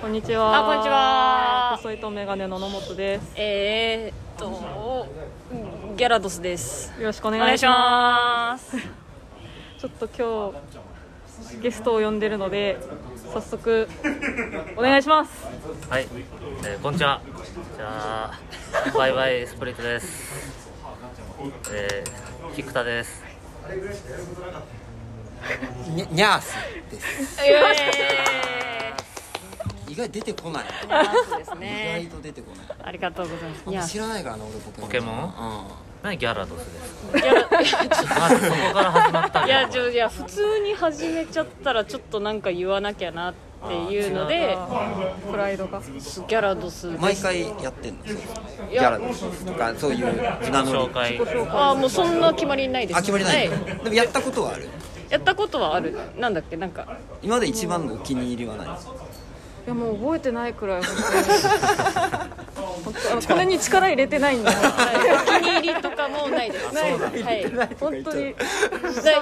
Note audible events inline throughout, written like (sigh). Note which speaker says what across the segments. Speaker 1: こんにちは。
Speaker 2: あこんにちは
Speaker 1: 細いとメガネの野本です。
Speaker 2: えー、っとうんギャラドスです
Speaker 1: よろしくお
Speaker 2: お
Speaker 1: 願
Speaker 2: 願
Speaker 1: い
Speaker 2: いし
Speaker 1: しま
Speaker 2: ます
Speaker 1: す。ちょっと今日ゲストを呼んでるので、早速
Speaker 2: (laughs)
Speaker 1: お願いします。
Speaker 3: はい、えーこんにちは。じゃあ、バイバイスプリットです。えー、キクタです。
Speaker 4: ににゃーすです
Speaker 2: イエ
Speaker 4: 意外出てこない
Speaker 2: ーイです
Speaker 4: 意
Speaker 2: ね
Speaker 4: 外と出てこない
Speaker 2: ありがとうございますいや
Speaker 4: 知らないからな俺ポケモン
Speaker 3: ポケモン
Speaker 4: う
Speaker 3: 何ギャラドスですか。まずそこから始まったん
Speaker 2: い
Speaker 3: だ
Speaker 2: やちょいや普通に始めちゃったらちょっとなんか言わなきゃなっていうので
Speaker 1: プライドが。
Speaker 2: ギャラドス
Speaker 4: ん毎回やってんのそう
Speaker 2: い
Speaker 4: ギャラ
Speaker 2: や
Speaker 4: ドスとかそういう名乗
Speaker 3: 紹
Speaker 4: り
Speaker 3: 介。
Speaker 2: あーもうそんな決まりないです
Speaker 4: あ決まりない、
Speaker 2: は
Speaker 4: でもやったことはある
Speaker 2: やったことはあるなんだっけなんか
Speaker 4: 今まで一番のお気に入りは何
Speaker 1: いやもう覚えてないくらい本当
Speaker 2: (laughs)
Speaker 1: に。本当あのこれに力入れてないんだよ。
Speaker 2: はいお気に入りとかもないです
Speaker 1: ないそうな
Speaker 2: はい
Speaker 1: 本当に。
Speaker 2: で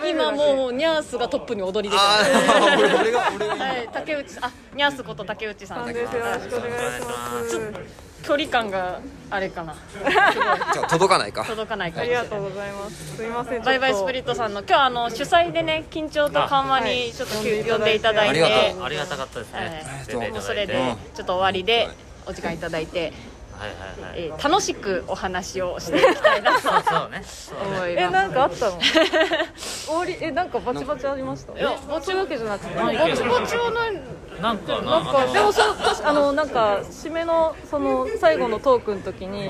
Speaker 2: 今もうニャースがトップに踊り出てます
Speaker 4: ああ俺俺が俺が
Speaker 2: はい、竹内あニャースこと竹内さ
Speaker 1: な
Speaker 2: ん
Speaker 1: ん
Speaker 2: で
Speaker 1: で
Speaker 2: す
Speaker 1: すよろしくお願いします。
Speaker 2: 距離感があれかな
Speaker 4: じゃあ届かないか
Speaker 2: 届かないか
Speaker 1: あ
Speaker 2: も
Speaker 1: り
Speaker 2: しれな
Speaker 1: が
Speaker 2: い
Speaker 1: とうございます。すみません。
Speaker 2: バイバイスプリットさんの今日あの主催でね緊張と緩和にちょっと急呼んでいただいて
Speaker 4: ありがと
Speaker 3: ありがたかったですね。
Speaker 2: はい
Speaker 3: 出ていた
Speaker 2: も
Speaker 3: だ
Speaker 2: う
Speaker 3: い
Speaker 2: それ
Speaker 3: て。
Speaker 2: で
Speaker 3: はい
Speaker 2: ちょっと終わりでお時間いただいて、
Speaker 3: はいはい。
Speaker 2: えー楽しくお話をしていきたいなと
Speaker 3: そうそうね。そうね
Speaker 2: 思い
Speaker 1: え
Speaker 2: ま
Speaker 1: なんかあ
Speaker 2: (laughs)
Speaker 1: ったの？おりえなんかバチバチありました？い
Speaker 2: や
Speaker 1: バチわけじゃなくて。
Speaker 3: ないけ
Speaker 2: す
Speaker 3: ど
Speaker 2: ぼちぼちはない
Speaker 3: なんかな。
Speaker 1: なんかで
Speaker 3: あ
Speaker 1: も
Speaker 3: の
Speaker 1: そう確かあのなんか締めのその最後のトークの時に、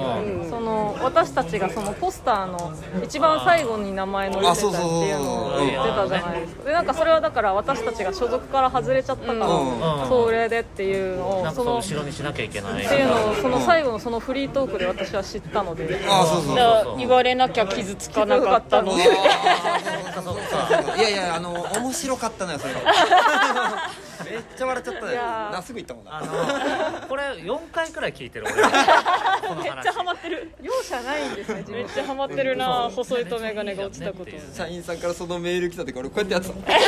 Speaker 1: その私たちがそのポスターの一番最後に名前載せてたっていうのを言ってたじゃないですかでなんかそれはだから私たちが所属から外れちゃったから、
Speaker 4: うん
Speaker 1: それでっていうの
Speaker 3: な
Speaker 1: を
Speaker 3: んか
Speaker 1: そ
Speaker 3: そう
Speaker 1: のっ
Speaker 3: 後ろにしなきゃいけない。
Speaker 1: ていうのをその最後のそのフリートークで私は知ったので
Speaker 4: ああそうそう
Speaker 2: だから言われなきゃ傷つかなかったので
Speaker 4: いやいやあの面白かったのよそれがめっちゃ笑っちゃったね
Speaker 1: やー
Speaker 4: なすぐ行ったもんな
Speaker 3: あのこれ四回くらい聞いてる。俺この
Speaker 2: めっちゃハマって (laughs) る
Speaker 1: 容赦ないんですね自
Speaker 2: め
Speaker 1: 分
Speaker 2: っちゃハマってるな細いとメガネが落ちたこと
Speaker 4: 社員さんからそのメール来た時俺こうやってやってたの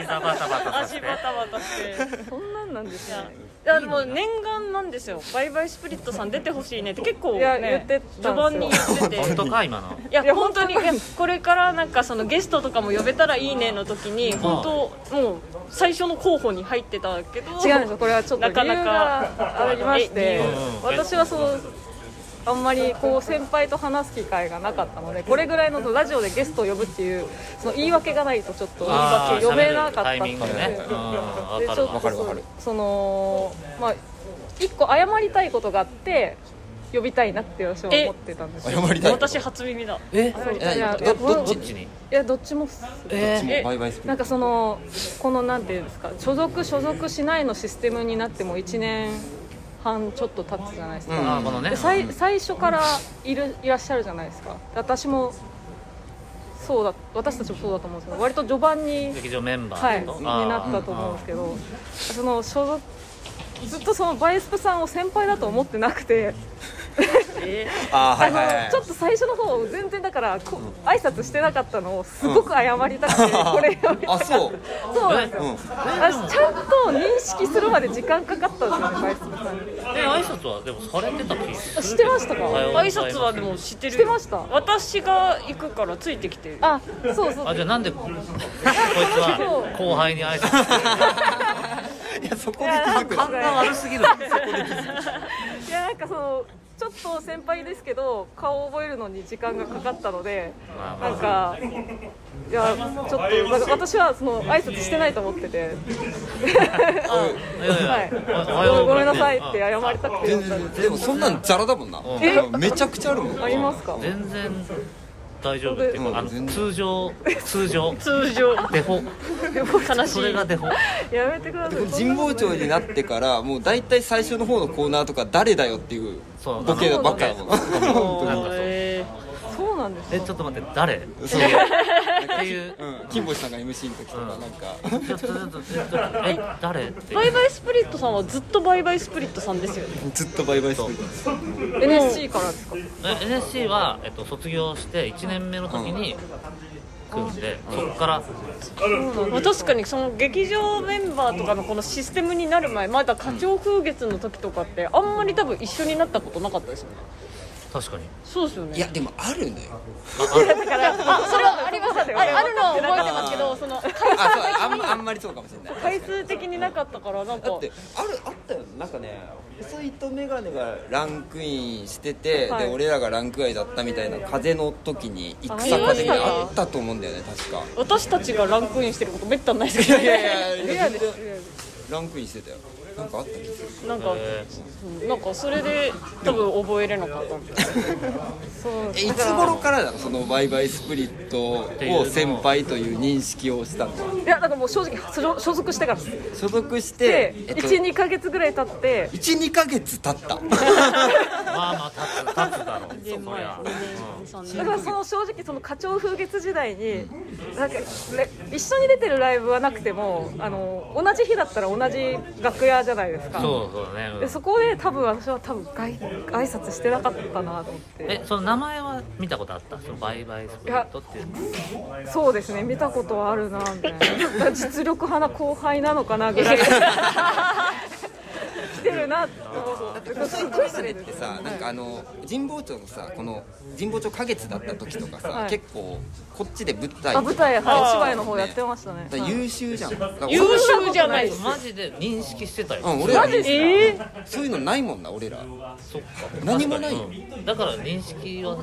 Speaker 3: 膝バタバタさせ
Speaker 2: 足
Speaker 3: て
Speaker 2: バタバタして
Speaker 1: そんなんなんですね
Speaker 2: いやでも念願なんですよ「バイバイスプリットさん出てほしいね」って結構ね
Speaker 1: いや言ってたんですよ
Speaker 2: 序盤に言って
Speaker 3: 本
Speaker 2: て
Speaker 3: 当か今の
Speaker 2: いや本当にいやこれからなんかそのゲストとかも呼べたらいいねの時に本当もう最初の候補に入ってたけど
Speaker 1: 違うんです
Speaker 2: (laughs)
Speaker 1: よこれはちょっと理
Speaker 2: なか
Speaker 1: 由
Speaker 2: なか
Speaker 1: がありまし
Speaker 2: え
Speaker 1: て
Speaker 2: 理
Speaker 3: 由
Speaker 1: 私はそうあんまりこう先輩と話す機会がなかったのでこれぐらいのラジオでゲストを呼ぶっていうその言い訳がないとちょっと言い
Speaker 3: あ
Speaker 1: 訳
Speaker 3: ー
Speaker 1: 呼べなかった
Speaker 3: タ
Speaker 1: っ
Speaker 3: イ
Speaker 1: たの
Speaker 3: ミン
Speaker 1: で
Speaker 3: グねうんわ
Speaker 1: で
Speaker 3: か
Speaker 1: ち
Speaker 3: る
Speaker 1: ょ
Speaker 3: わ
Speaker 1: っ
Speaker 4: わ
Speaker 1: と
Speaker 4: かるわか
Speaker 1: そ
Speaker 4: る
Speaker 1: そのまあ一個謝りたいことがあって呼びたいなって私は思ってたんですよ
Speaker 4: 謝りたい
Speaker 2: 私初耳だ
Speaker 3: え
Speaker 1: そうい
Speaker 4: え
Speaker 1: や
Speaker 4: どどっち
Speaker 3: どっちに
Speaker 1: いやどっちも
Speaker 3: え
Speaker 4: もうバイバイスピ
Speaker 1: な
Speaker 4: リ
Speaker 1: んかそのこのなんていうんですか所属所属しないのシステムになっても1年半ちょっと経つじゃないですか、
Speaker 4: うん
Speaker 3: あこのね
Speaker 1: で最最初からいるいらっしゃるじゃないですかで私もそうだ私たちもそうだと思うんですけど割と序盤に、
Speaker 3: 劇場メンバ
Speaker 1: はい、
Speaker 3: ー
Speaker 1: に
Speaker 3: とあー
Speaker 1: なったと思うんですけどその所属ずっとそのバイスプさんを先輩だと思ってなくて、
Speaker 4: あーはいはいは
Speaker 1: あの
Speaker 4: い
Speaker 1: ちょっと最初の方全然だからこ挨拶してなかったのをすごく謝りたくて、これを
Speaker 4: あそう
Speaker 1: そうなんですよ、
Speaker 4: うん
Speaker 1: 私ちゃんと認識するまで時間かかったんですよね、バイスさんに。
Speaker 3: え挨拶はでもされてた気する
Speaker 1: 知ってましたか
Speaker 3: おはようござい
Speaker 2: 挨
Speaker 3: ます
Speaker 2: 拶はでも知ってる
Speaker 1: してました
Speaker 2: 私が行くからついてきてる
Speaker 1: あ、そうそう。
Speaker 3: あじゃあなんでここいつは後輩に挨拶
Speaker 4: いやそこで気づくの
Speaker 1: いやなんか (laughs)
Speaker 3: すぎる
Speaker 1: いやなんかそのちょっと先輩ですけど顔を覚えるのに時間がかかったので、
Speaker 3: まあまあ
Speaker 1: なんか。いやちょっとなんか私はその挨拶してないと思ってて、
Speaker 3: いやいや
Speaker 1: はい
Speaker 3: おはよう
Speaker 1: ごめんなさいって謝りたく
Speaker 4: 全
Speaker 1: て、
Speaker 4: 然でもそんなんザラだもんな
Speaker 1: え
Speaker 4: めちゃくちゃあるもん
Speaker 1: ありますか？
Speaker 3: 全然大丈夫っていう
Speaker 4: うん
Speaker 3: かあの
Speaker 4: 全然
Speaker 3: 通常通常
Speaker 2: 通常
Speaker 3: デフォ
Speaker 2: 悲し
Speaker 3: それ
Speaker 2: い
Speaker 1: (laughs)
Speaker 3: がデフォ
Speaker 1: やめてください。
Speaker 4: 神保町になってからもう大体最初の方のコーナーとか誰だよっていう
Speaker 3: そう
Speaker 4: ボケばっかだもん
Speaker 2: もう
Speaker 3: なんかそう
Speaker 2: え
Speaker 1: そうなんです
Speaker 3: え
Speaker 1: よ。
Speaker 3: ちょっと待って誰っ
Speaker 4: そう
Speaker 3: ていう
Speaker 4: うん金星さんが MC の時とかなんか
Speaker 3: ちょっとちょっとちょっとえ誰って
Speaker 2: ー
Speaker 3: いう
Speaker 2: バイバイスプリットさんはずっとバイバイスプリットさんですよね
Speaker 4: ずっとバイバイしてる
Speaker 1: NSC からですか？
Speaker 3: え NSC は、えっと、卒業して1年目の時に、くんでそこから
Speaker 2: まあ確かにその劇場メンバーとかのこのシステムになる前まだ花鳥風月の時とかってあんまり多分一緒になったことなかったですよね
Speaker 3: 確かに
Speaker 2: そうですよね
Speaker 4: いやでもあるのよ
Speaker 2: だからそれはありますああるのは覚えてますけどその回
Speaker 4: あそうあんまあんまりそうかもしれない
Speaker 2: 回数的になかったからなん
Speaker 4: だ
Speaker 2: か
Speaker 4: ってあるあったよなんかね斎藤メガネがランクインしてて、
Speaker 2: はい
Speaker 4: で俺らがランク外だったみたいな風の時に戦
Speaker 2: あ
Speaker 4: 風
Speaker 2: あ
Speaker 4: に
Speaker 2: りましたね
Speaker 4: あったと思うんだよね確か
Speaker 2: 私たちがランクインしてることめったにないですけどね
Speaker 4: いやいやいや
Speaker 2: レアです
Speaker 4: ランクインしてたよなんかあった気がする
Speaker 2: なんか
Speaker 3: え
Speaker 2: うんなんかそれで多分覚えれなかったんです
Speaker 1: そう
Speaker 4: えいつ頃からなのそのバイバイスプリットを先輩という認識をしたのはい
Speaker 1: やだからもう正直所所属してからです
Speaker 4: 所属して
Speaker 1: で、
Speaker 4: えっと
Speaker 1: 12か月ぐらい経って
Speaker 4: 12ヶ月経った
Speaker 3: ーまあまあ立つ立つだろうそり
Speaker 1: だ
Speaker 3: ゃ
Speaker 1: からその正直その花鳥風月時代になんかね一緒に出てるライブはなくてもあの同じ日だったら同じ楽屋じゃないですか
Speaker 3: そうそうだねう
Speaker 1: で
Speaker 3: ん
Speaker 1: そこで多分私は多分挨挨拶してなかったなと思って
Speaker 3: えその名前は見たことあったそのバイバイスプリットっていう
Speaker 1: そうですね見たことはあるなみたいなだ
Speaker 3: (laughs)
Speaker 1: から実力派な後輩なのかなぐらい来てるなと思って
Speaker 4: 細いメガネってさなんかあの神保町のさこの神保町花月だった時とかさ、
Speaker 1: はい
Speaker 4: 結構こっちで舞台
Speaker 1: あ舞台はいお芝居の方やってましたね
Speaker 4: だから優秀じゃん、だから
Speaker 2: 優秀じゃないです
Speaker 3: マジで認識してたよ、
Speaker 4: うん俺ら
Speaker 1: ジっすか
Speaker 2: えー
Speaker 4: そういうのないもんな俺ら
Speaker 3: そっか
Speaker 4: 何もないよ
Speaker 3: 確かにうんだから認識は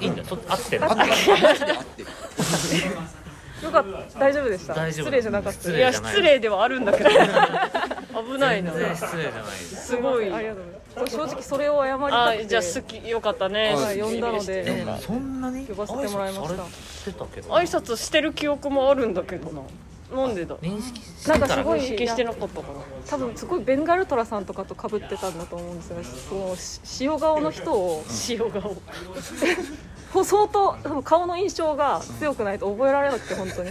Speaker 3: いいんだよそ合ってる
Speaker 4: あってマジであってる
Speaker 1: よかった大丈夫でした
Speaker 3: 大丈夫
Speaker 1: 失礼じゃなかった
Speaker 3: 失
Speaker 2: い
Speaker 3: 礼
Speaker 2: や
Speaker 3: じゃない
Speaker 2: 失礼ではあるん
Speaker 1: (laughs)
Speaker 2: だけど危ないな
Speaker 3: 全然失礼じゃないです
Speaker 2: すごい
Speaker 1: ありがとうございます正直それを謝り
Speaker 2: あ
Speaker 1: たくて
Speaker 2: じゃあ好きよかったね
Speaker 4: はい
Speaker 1: 呼んだので
Speaker 3: えそんなに
Speaker 1: 呼ばせてもらいました
Speaker 3: 挨拶されてたけど
Speaker 2: 挨拶してる記憶もあるんだけどななんでだ
Speaker 3: 認識して
Speaker 1: な
Speaker 3: た
Speaker 1: ん
Speaker 3: ら
Speaker 1: かすごい
Speaker 2: 意識してなかったか
Speaker 1: 多分すごいベンガルトラさんとかと被ってたんだと思うんですよそのし塩顔の人を
Speaker 2: な塩顔
Speaker 1: ほ相当多分顔の印象が強くないと覚えられなくて本当に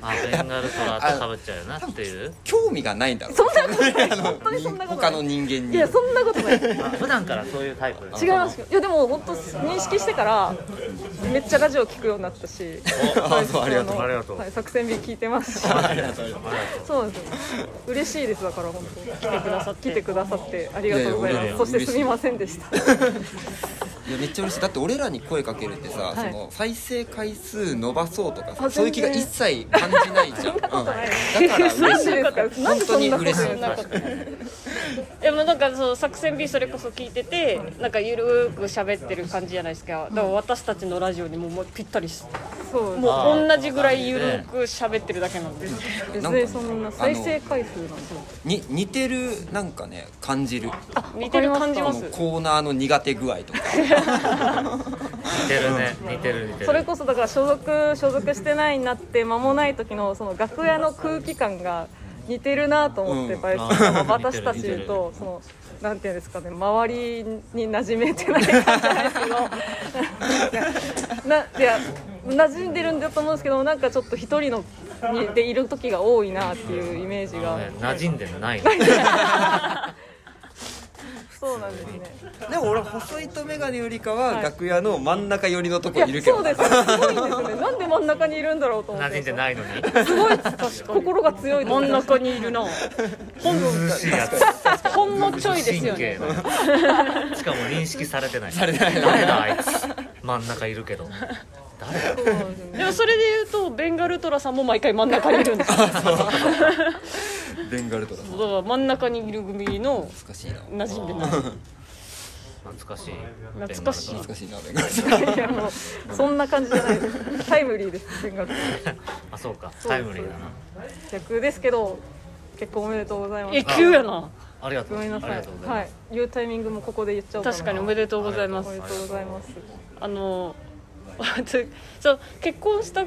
Speaker 3: あベンガルトラーとかぶっちゃうよなっていう
Speaker 4: 興味がないんだろう
Speaker 1: そんなことない本当にそんなことな
Speaker 4: 他
Speaker 1: い
Speaker 4: の人間
Speaker 1: い
Speaker 4: に
Speaker 1: やそんなことない違
Speaker 3: あ (laughs) 普段からそういうタイプ違
Speaker 1: いますよいやでも本当認識してからめっちゃラジオ聞くようになったし
Speaker 4: (laughs) あそうありがとう
Speaker 1: の
Speaker 3: ありがとう
Speaker 1: はい、作戦日聞いてますし
Speaker 4: ありがとうありがとう
Speaker 1: そうなんですよ嬉しいですだから本当に来てくださって来てくださってありがとうございます
Speaker 4: いやいや
Speaker 1: そしてすみませんでした
Speaker 4: いやめっちゃ嬉しいだって俺らに声かけるってさ、
Speaker 1: はい
Speaker 4: その再生回数伸ばそうとかさ
Speaker 1: あ
Speaker 4: そういう気が一切感じないじゃ
Speaker 1: (laughs)
Speaker 4: ん、うん、だから嬉
Speaker 1: なん
Speaker 4: しい
Speaker 1: でですかなん
Speaker 4: 本
Speaker 1: で
Speaker 4: 当
Speaker 1: そん
Speaker 4: に
Speaker 1: なこと
Speaker 4: 嬉しい
Speaker 1: になった
Speaker 2: でもなんかその作戦 B それこそ聞いててなんかゆるーく喋ってる感じじゃないですかだから私たちのラジオにももうぴったりし
Speaker 1: そう
Speaker 2: も
Speaker 3: あー
Speaker 2: う同じぐらいゆるーく喋ってるだけなんで
Speaker 1: 別にそんな再生回数なんですよ
Speaker 4: に似てるなんかね感じる
Speaker 2: 似てる感じま
Speaker 4: この
Speaker 2: す
Speaker 4: コーナーの苦手具合とか
Speaker 3: 似てるね似てる似てる
Speaker 1: それこそだから所属所属してないなって間もない時のその楽屋の空気感が似てるなと思って、
Speaker 4: うん
Speaker 1: バイスさんは
Speaker 3: あー
Speaker 1: 私た
Speaker 3: 似てる似て
Speaker 1: ち
Speaker 3: る
Speaker 1: とそのなんていうんですかね周りに馴染めてない感じじゃない (laughs) ですけどないや馴染んでるんだと思うんですけどなんかちょっと一人のにでいる時が多いなっていうイメージ
Speaker 3: あの
Speaker 1: が
Speaker 3: ね馴染んでない
Speaker 1: そうなんですね
Speaker 4: でも俺細いとメガネよりかは楽屋の真ん中寄りのとこい
Speaker 1: い
Speaker 4: る
Speaker 1: や
Speaker 4: けど
Speaker 1: そうですよすごいんですよねなんで真ん中にいるんだろうと思っ
Speaker 3: (laughs) 馴染
Speaker 1: て
Speaker 3: んでないのに
Speaker 1: すごい心が強いと
Speaker 2: 真
Speaker 1: 思い
Speaker 2: ん
Speaker 1: ます
Speaker 2: 中にいるな
Speaker 3: 涼しいやつ
Speaker 2: ほんのちょいですよね
Speaker 3: 無神経なしかも認識されてない誰だあいつ真ん中いるけど誰だ
Speaker 1: そうなんですよね
Speaker 2: でもそれで言うとベンガルトラさんも毎回真ん中にいるんですよだか
Speaker 4: ベンガルトだ
Speaker 2: ら真ん中にいる組の
Speaker 4: 難しいな
Speaker 2: 馴染んでない
Speaker 3: 懐かしい
Speaker 2: 懐かしい
Speaker 4: 難しいなベンガルト
Speaker 1: いやもうそんな感じじゃないですタイムリーです見学
Speaker 3: あそうかタイムリーだな
Speaker 1: 逆ですけど結婚おめでとうございます
Speaker 2: え急やな
Speaker 3: ありがとう
Speaker 1: ごめんな
Speaker 3: あり
Speaker 1: さ
Speaker 3: が
Speaker 1: い
Speaker 3: とうござい
Speaker 1: は
Speaker 3: ま
Speaker 1: い
Speaker 3: す
Speaker 1: 言うタイミングもここで言っちゃおうかな
Speaker 2: 確かにおめでとうございま
Speaker 1: お
Speaker 2: す
Speaker 1: めでとうございます
Speaker 2: あのそう結婚した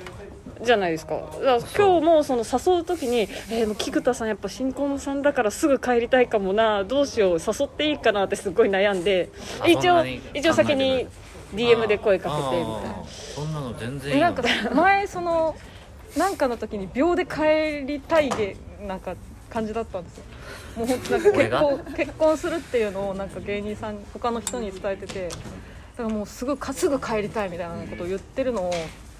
Speaker 2: じゃないですかだから今日もその誘う時に「えー、もう菊田さんやっぱ新婚さんだからすぐ帰りたいかもなどうしよう誘っていいかな」ってすごい悩んで
Speaker 3: あ
Speaker 2: 一
Speaker 3: そん
Speaker 2: 応
Speaker 3: なに
Speaker 2: 一応先に
Speaker 3: あ
Speaker 2: DM
Speaker 3: ー
Speaker 2: で声かけてみたい
Speaker 3: あ
Speaker 2: な
Speaker 3: ーそんなの全然い
Speaker 1: え
Speaker 3: い
Speaker 1: な
Speaker 3: の
Speaker 1: んか前そのなんかの時に秒で帰りたいでなんか感じだったんですよもうほんとなんか
Speaker 3: 俺
Speaker 1: 結
Speaker 3: が
Speaker 1: 婚結婚するっていうのをなんか芸人さん他の人に伝えててだからもうすぐかすぐ帰りたいみたいなことを言ってるのを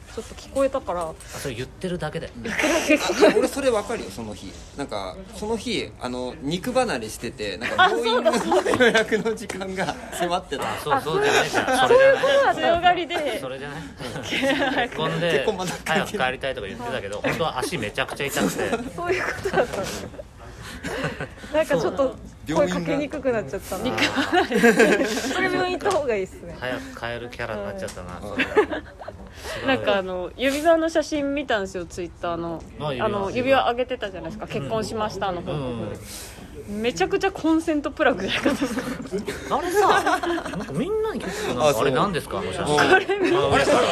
Speaker 1: ちちょっと聞こえたから
Speaker 3: あそれ言ってるだけで
Speaker 4: いや俺それわかるよその日なんかその日あの肉離れしててなんか病院の予約の時間が迫ってた
Speaker 3: そうそうじゃないじゃんそれじゃない
Speaker 2: 強がりで
Speaker 3: それじゃない結婚で
Speaker 4: 結婚まだ
Speaker 3: 早く帰りたいとか言ってたけど本当は足めちゃくちゃ痛くて
Speaker 1: そういうことだったのなんかちょっと
Speaker 4: 病
Speaker 1: 声
Speaker 4: 院が
Speaker 1: かけにくくなっちゃったなそれ病院行った方がいいですね
Speaker 3: 早く帰るキャラになっちゃったなそれすごい
Speaker 2: なんかあの指輪の写真見たんですよツイッターの
Speaker 3: あ指輪
Speaker 2: あの指輪上げてたじゃないですか結婚しましたの
Speaker 3: う
Speaker 2: 報
Speaker 3: ん
Speaker 2: 告めちゃくちゃコンセントプラグじゃなかったですか
Speaker 3: あれさなんかみんなに結構なん
Speaker 4: あ
Speaker 3: か
Speaker 4: そう
Speaker 3: あれなんですかあの写
Speaker 4: うん
Speaker 3: 真
Speaker 4: あれあれ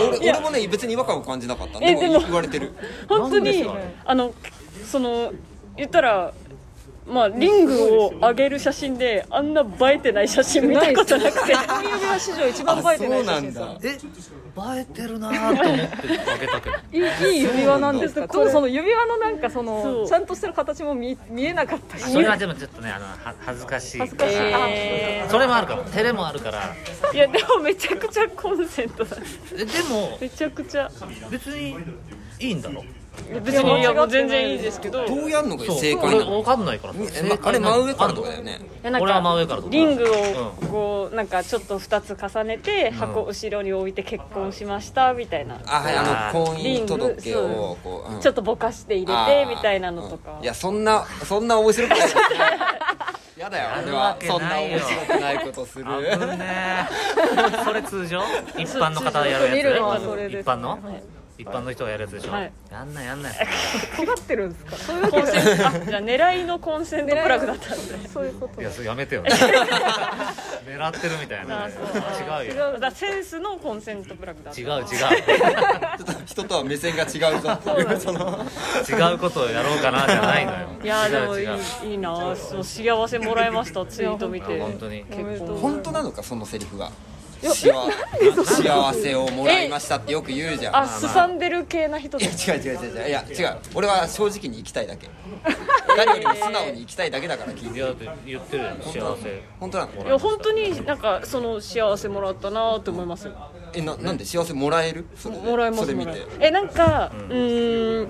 Speaker 4: 俺俺もね別に違和感を感じなかった
Speaker 2: え
Speaker 4: でも
Speaker 2: でも
Speaker 4: 言われてる
Speaker 2: 本当
Speaker 3: なん
Speaker 2: に
Speaker 3: ですかね
Speaker 2: あのその言ったらまあリングを上げる写真であんな映えてない写真見たことなくて
Speaker 1: 婚指輪史上一番映えてない写真
Speaker 4: あそうなん
Speaker 1: さ
Speaker 4: だ
Speaker 3: え映えてるなーと思ってあげたけど
Speaker 1: (laughs) いいいい指輪なんですか
Speaker 2: そうな
Speaker 1: と
Speaker 2: んだ
Speaker 1: その指輪のなんかそ
Speaker 2: そ
Speaker 1: の
Speaker 2: う
Speaker 1: ちゃんとしてる形も見見えなかったし
Speaker 3: (laughs) それはでもちょっとねあのは恥ずかしい
Speaker 1: 恥ずかしい、
Speaker 2: え
Speaker 3: それもあるかも照れもあるから
Speaker 2: ーいやでもめちゃくちゃコンセントだ
Speaker 3: えでも
Speaker 2: めちゃくちゃ
Speaker 3: 別にいいんだろ
Speaker 2: 別にいやもう全然いいですけど
Speaker 4: どうやんのが
Speaker 3: そう
Speaker 4: 正解
Speaker 3: 俺
Speaker 4: なの
Speaker 3: 分かんないからさ
Speaker 4: え
Speaker 3: 正
Speaker 4: まあ
Speaker 3: 解
Speaker 4: れ
Speaker 3: な
Speaker 4: 真
Speaker 3: の
Speaker 4: 上からとかだよね
Speaker 2: えなんか
Speaker 3: 俺は真上からとか
Speaker 2: リングを
Speaker 3: う
Speaker 2: こうなんかちょっと2つ重ねて箱後ろに置いて結婚しましたみたいな
Speaker 4: あはいあの婚姻届
Speaker 2: リングそ
Speaker 4: をこう、うん
Speaker 2: ちょっとぼかして入れてみたいなのとか
Speaker 4: うんいやそんなそんな面白くないやだよ
Speaker 3: あ
Speaker 4: 俺
Speaker 3: る
Speaker 4: は
Speaker 3: わけ
Speaker 4: そんな
Speaker 3: ない
Speaker 4: 面
Speaker 3: よ
Speaker 4: 白くないことする
Speaker 3: 危ねえそれ通常一般の方がやるやつ
Speaker 1: 見るのはそれです
Speaker 3: 一般の一般の人がやるやつでしょ、
Speaker 2: はい
Speaker 3: やんないやんない
Speaker 1: 尖ってるんですかそういう
Speaker 2: コンセントあじゃあ狙いのコンセントプラグだったんで
Speaker 1: そういうこと
Speaker 3: いやそれやめてよ狙ってるみたいな、ね、違うよ
Speaker 2: だからセンスのコンセントプラグだった
Speaker 3: 違う
Speaker 2: 違
Speaker 3: 違う
Speaker 4: ちょっと人とは目線が違うぞっていうその
Speaker 3: 違うことをやろうかなじゃないのよ
Speaker 2: (laughs) いやでも
Speaker 3: 違
Speaker 2: いう
Speaker 3: 違う
Speaker 2: いいいなそう幸せもらいましたツイート見て
Speaker 3: あ本当に
Speaker 2: 結婚
Speaker 4: 本当なのかそのセリフが幸幸せをもらいましたってよく言うじゃん
Speaker 2: あすさんでる系な人
Speaker 4: い
Speaker 2: で
Speaker 4: や
Speaker 2: す
Speaker 4: 違う違う違う違ういや違う俺は正直に生きたい
Speaker 2: (laughs)
Speaker 4: だけ誰よりも素直に生きたいだけだから君
Speaker 3: いやだって言ってるやん幸せ
Speaker 4: 本当なの
Speaker 2: いや本当になんかその幸せもらったなと思います
Speaker 4: えななんで幸せもらえるそれで
Speaker 2: もらえます
Speaker 4: それ見
Speaker 2: もらえ
Speaker 4: て
Speaker 2: ますえなんかうーん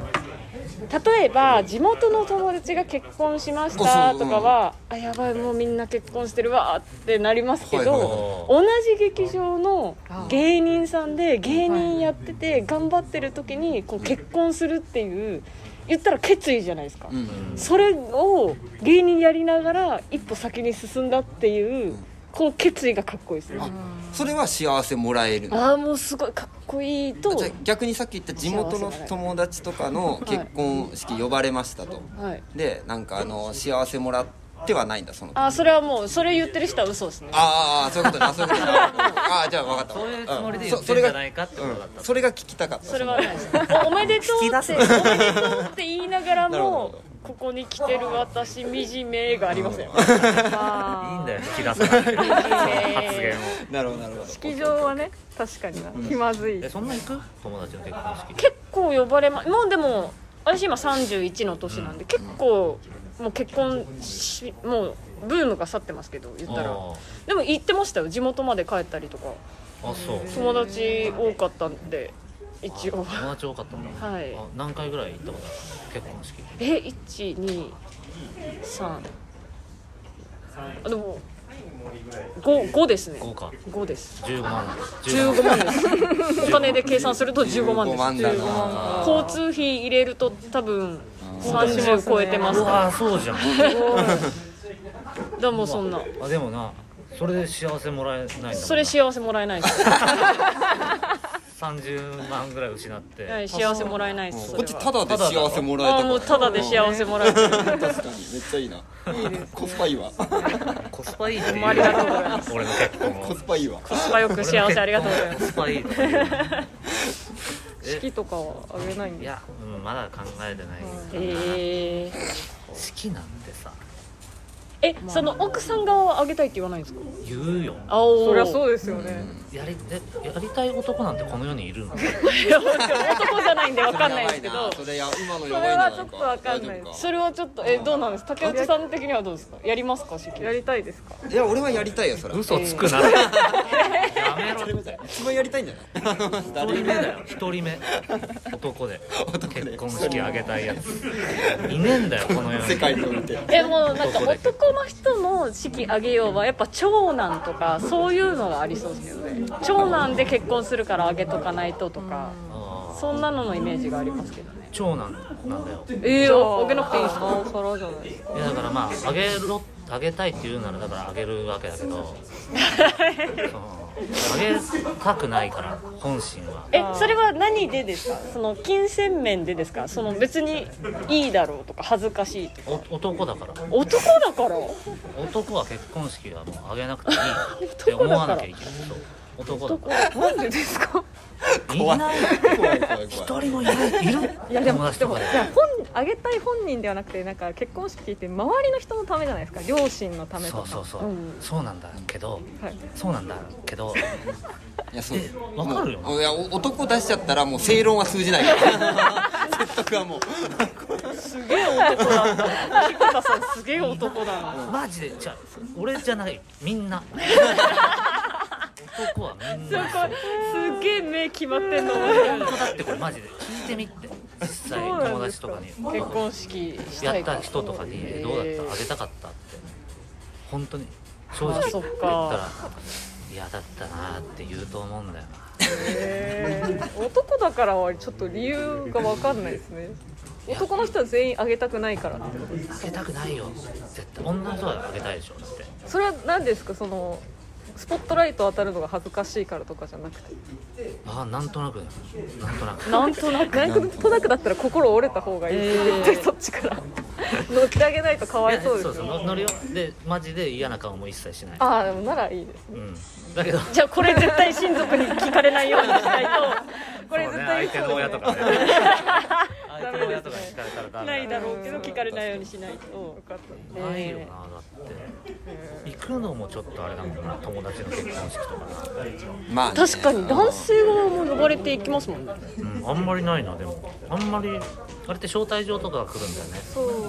Speaker 2: 例えば地元の友達が結婚しまし
Speaker 4: あ
Speaker 2: た
Speaker 4: そう
Speaker 2: とかは「あやばいもうみんな結婚してるわ」ってなりますけど、
Speaker 4: はいはい
Speaker 2: 同じ劇場の芸人さんで芸人やってて頑張ってる時にこう結婚するっていう言ったら決意じゃないですか、
Speaker 4: うん
Speaker 2: それを芸人やりながら一歩先に進んだっていうこう決意がかっこいいですね
Speaker 4: あそれは幸せもらえるの
Speaker 2: ああもうすごいかっこいいと
Speaker 4: じゃあ逆にさっき言った地元の友達とかの結婚式呼ばれましたと、
Speaker 2: はい
Speaker 4: でなんかあの幸せもらってはないんだそのあ
Speaker 2: あそれはもうそれ言ってる人は嘘ですね
Speaker 4: あーそういうことねあそういうことねあーじゃあ分かった
Speaker 3: そういうつもりで
Speaker 4: ん
Speaker 3: 言ってんじゃないかってことだった
Speaker 4: うんそれが聞きたかった
Speaker 2: それはないですおおめでとうっておめでとうって言いながら
Speaker 4: なるほ
Speaker 2: も
Speaker 4: どなるほ
Speaker 2: ここに来てる私惨めがありません
Speaker 3: いい
Speaker 1: あ
Speaker 3: んだよ引き出さなくてその発言を
Speaker 4: なるほどなるほど
Speaker 1: 式場はね確かにな気まずい
Speaker 3: えそんな行く友達の結婚式
Speaker 2: 結構呼ばれまもうでも私今31の年なんで結構もう結婚しもうブームが去ってますけど言ったら
Speaker 3: あ
Speaker 2: でも行ってましたよ地元まで帰ったりとか
Speaker 3: ーあそう
Speaker 2: 友達多かったんで一応
Speaker 3: 友達多かったんだ、
Speaker 2: はい
Speaker 3: あ何回ぐらい行ったことある結婚式
Speaker 2: え一123あでも 5, 5ですね
Speaker 3: 豪華
Speaker 2: 5です
Speaker 3: 15万
Speaker 2: 15万ですお金で計算すると15万です
Speaker 4: 15万だな
Speaker 2: 交通費入れると多分30超えてます
Speaker 3: う
Speaker 2: か
Speaker 3: わーそうじゃん
Speaker 2: らでもそんな
Speaker 3: あでもなそれで幸せもらえないんだもんな
Speaker 2: それ幸せもらえないです、
Speaker 3: 30万ぐらい失って、
Speaker 2: はい、幸せもらえないです
Speaker 4: こっちただで幸せもらえ
Speaker 2: あ
Speaker 4: た
Speaker 2: あ
Speaker 4: から
Speaker 2: もうただで幸せもらえる
Speaker 4: 確かにめっちゃいいなコスパいい
Speaker 2: (laughs)
Speaker 4: わ
Speaker 3: コスパいいっていう
Speaker 2: ありがとうございます
Speaker 3: 俺の結婚を
Speaker 4: コスパいいわ
Speaker 2: コスパよく幸せありがとうございま
Speaker 3: コ
Speaker 2: す
Speaker 3: スパいいっていう
Speaker 1: 式とかはあげないん
Speaker 3: い
Speaker 1: で
Speaker 3: や、うん、まだ考えてない、
Speaker 2: えー、
Speaker 3: 式なんてさ
Speaker 2: えその奥さん側はあげたいって言わないんですか
Speaker 3: 言うよ
Speaker 2: あお
Speaker 1: そりゃそう
Speaker 2: う
Speaker 1: ですよね、
Speaker 3: やりえやりたい男なんてこの世にいるの
Speaker 2: 男じゃないんでわかんないですけど
Speaker 4: それやばい
Speaker 1: そ
Speaker 4: なそれや今のやば
Speaker 1: れ
Speaker 4: いな
Speaker 1: は
Speaker 4: ん
Speaker 1: ち
Speaker 4: か
Speaker 1: ょっとわかんない
Speaker 4: 大丈夫
Speaker 2: それはちょっとえどうなんです竹内さん的にはどうですかやりますか式
Speaker 1: やりたいですか
Speaker 4: いや俺はやりたいよそれ
Speaker 3: (laughs) 嘘つくなやめろ
Speaker 4: 一番やりたいんじゃない
Speaker 3: 一人目だよ一人目男で結婚式あげたいやついねえんだよこの世に
Speaker 4: 世界において
Speaker 2: えもうなんか
Speaker 3: どこで
Speaker 2: 男の人の式あげようはやっぱ長男とかそういうのがありそうですよね長男で結婚するからあげとかないととか
Speaker 3: ああ
Speaker 2: そんなののイメージがありますけどね
Speaker 3: 長男なんだよ
Speaker 2: ええ
Speaker 1: あ
Speaker 2: あげなくていいんですか
Speaker 1: あーからじゃないですか
Speaker 3: いやだからまああげろあげたいって言うならだからあげるわけだけ
Speaker 2: (laughs)
Speaker 3: どそうあげたくないから本心は
Speaker 2: えそれは何でですかその金銭面でですかその別にいいだろうとか恥ずかしいとか
Speaker 3: お男だから
Speaker 2: 男だから
Speaker 3: 男は結婚式はもうあげなくていいって思わなきゃいけないそう男だか
Speaker 2: 男
Speaker 1: なんでですか
Speaker 3: ら (laughs) いない
Speaker 4: 怖い怖い怖い
Speaker 3: 一人もいないいる
Speaker 1: いやでも
Speaker 3: 友達
Speaker 1: で
Speaker 3: と
Speaker 1: も
Speaker 3: か
Speaker 1: じ
Speaker 3: で
Speaker 1: ゃあ本あげたい本人ではなくてなんか結婚式って周りの人のためじゃないですか両親のためと
Speaker 3: そう
Speaker 1: か
Speaker 3: そうそう、そうなんだけど
Speaker 1: はい
Speaker 3: そうなんだけど
Speaker 4: いやそう
Speaker 3: わかるよ
Speaker 4: もういやお男出しちゃったらもう正論は通じないから
Speaker 3: (laughs)
Speaker 4: 説得はもう
Speaker 2: すげえ男だった菊田さんすげえ男だな
Speaker 3: マジでじゃあ俺じゃないみんな男はみん
Speaker 2: すごい
Speaker 3: なそう
Speaker 2: すげえ目決まってんの
Speaker 3: 本当だってこれマジで聞いてみって実際
Speaker 2: そうなん
Speaker 3: 友
Speaker 2: です
Speaker 3: 達
Speaker 2: か
Speaker 3: とかに
Speaker 2: 結婚式した
Speaker 3: や
Speaker 2: い
Speaker 3: っ
Speaker 2: か
Speaker 3: た人とかに「どうだったあげたかった」って本当に正直
Speaker 2: あ
Speaker 3: 言
Speaker 2: そ
Speaker 3: っ
Speaker 2: ったから
Speaker 3: 「嫌だったな」って言うと思うんだよな
Speaker 1: へー男だからはちょっと理由が分かんないですね男の人は全員あげたくないからってことです
Speaker 3: あげたくないよ絶対女の人はあげたいでしょだって
Speaker 1: それは何ですかそのスポットライト当たるのが恥ずかしいからとかじゃなくて
Speaker 3: ああなんとなくねなんとなく
Speaker 1: なんとなくなんとなくだったら心折れた方がいい、絶対そっちから乗ってあげないとかわいそうで
Speaker 3: いや
Speaker 1: す
Speaker 3: そうそう乗るよでマジで嫌な顔も一切しない
Speaker 1: ああでもならいいですね
Speaker 3: うんだけど
Speaker 2: じゃあこれ絶対親族に聞かれないようにしないとこれ絶対
Speaker 3: そうね相手の親とかね相手の親とかに聞かれたらダメ
Speaker 2: ないだ
Speaker 3: ろ
Speaker 2: ろうけど聞かれないようにしないと
Speaker 3: ないよなだって行くのもちょっとあれだもんな友達の結婚式とかな
Speaker 4: まあね
Speaker 2: 確かに男性側も呼ばれていきますもんね
Speaker 3: うんあんまりないなでもあんまりあれって招待状とかが来るんだよね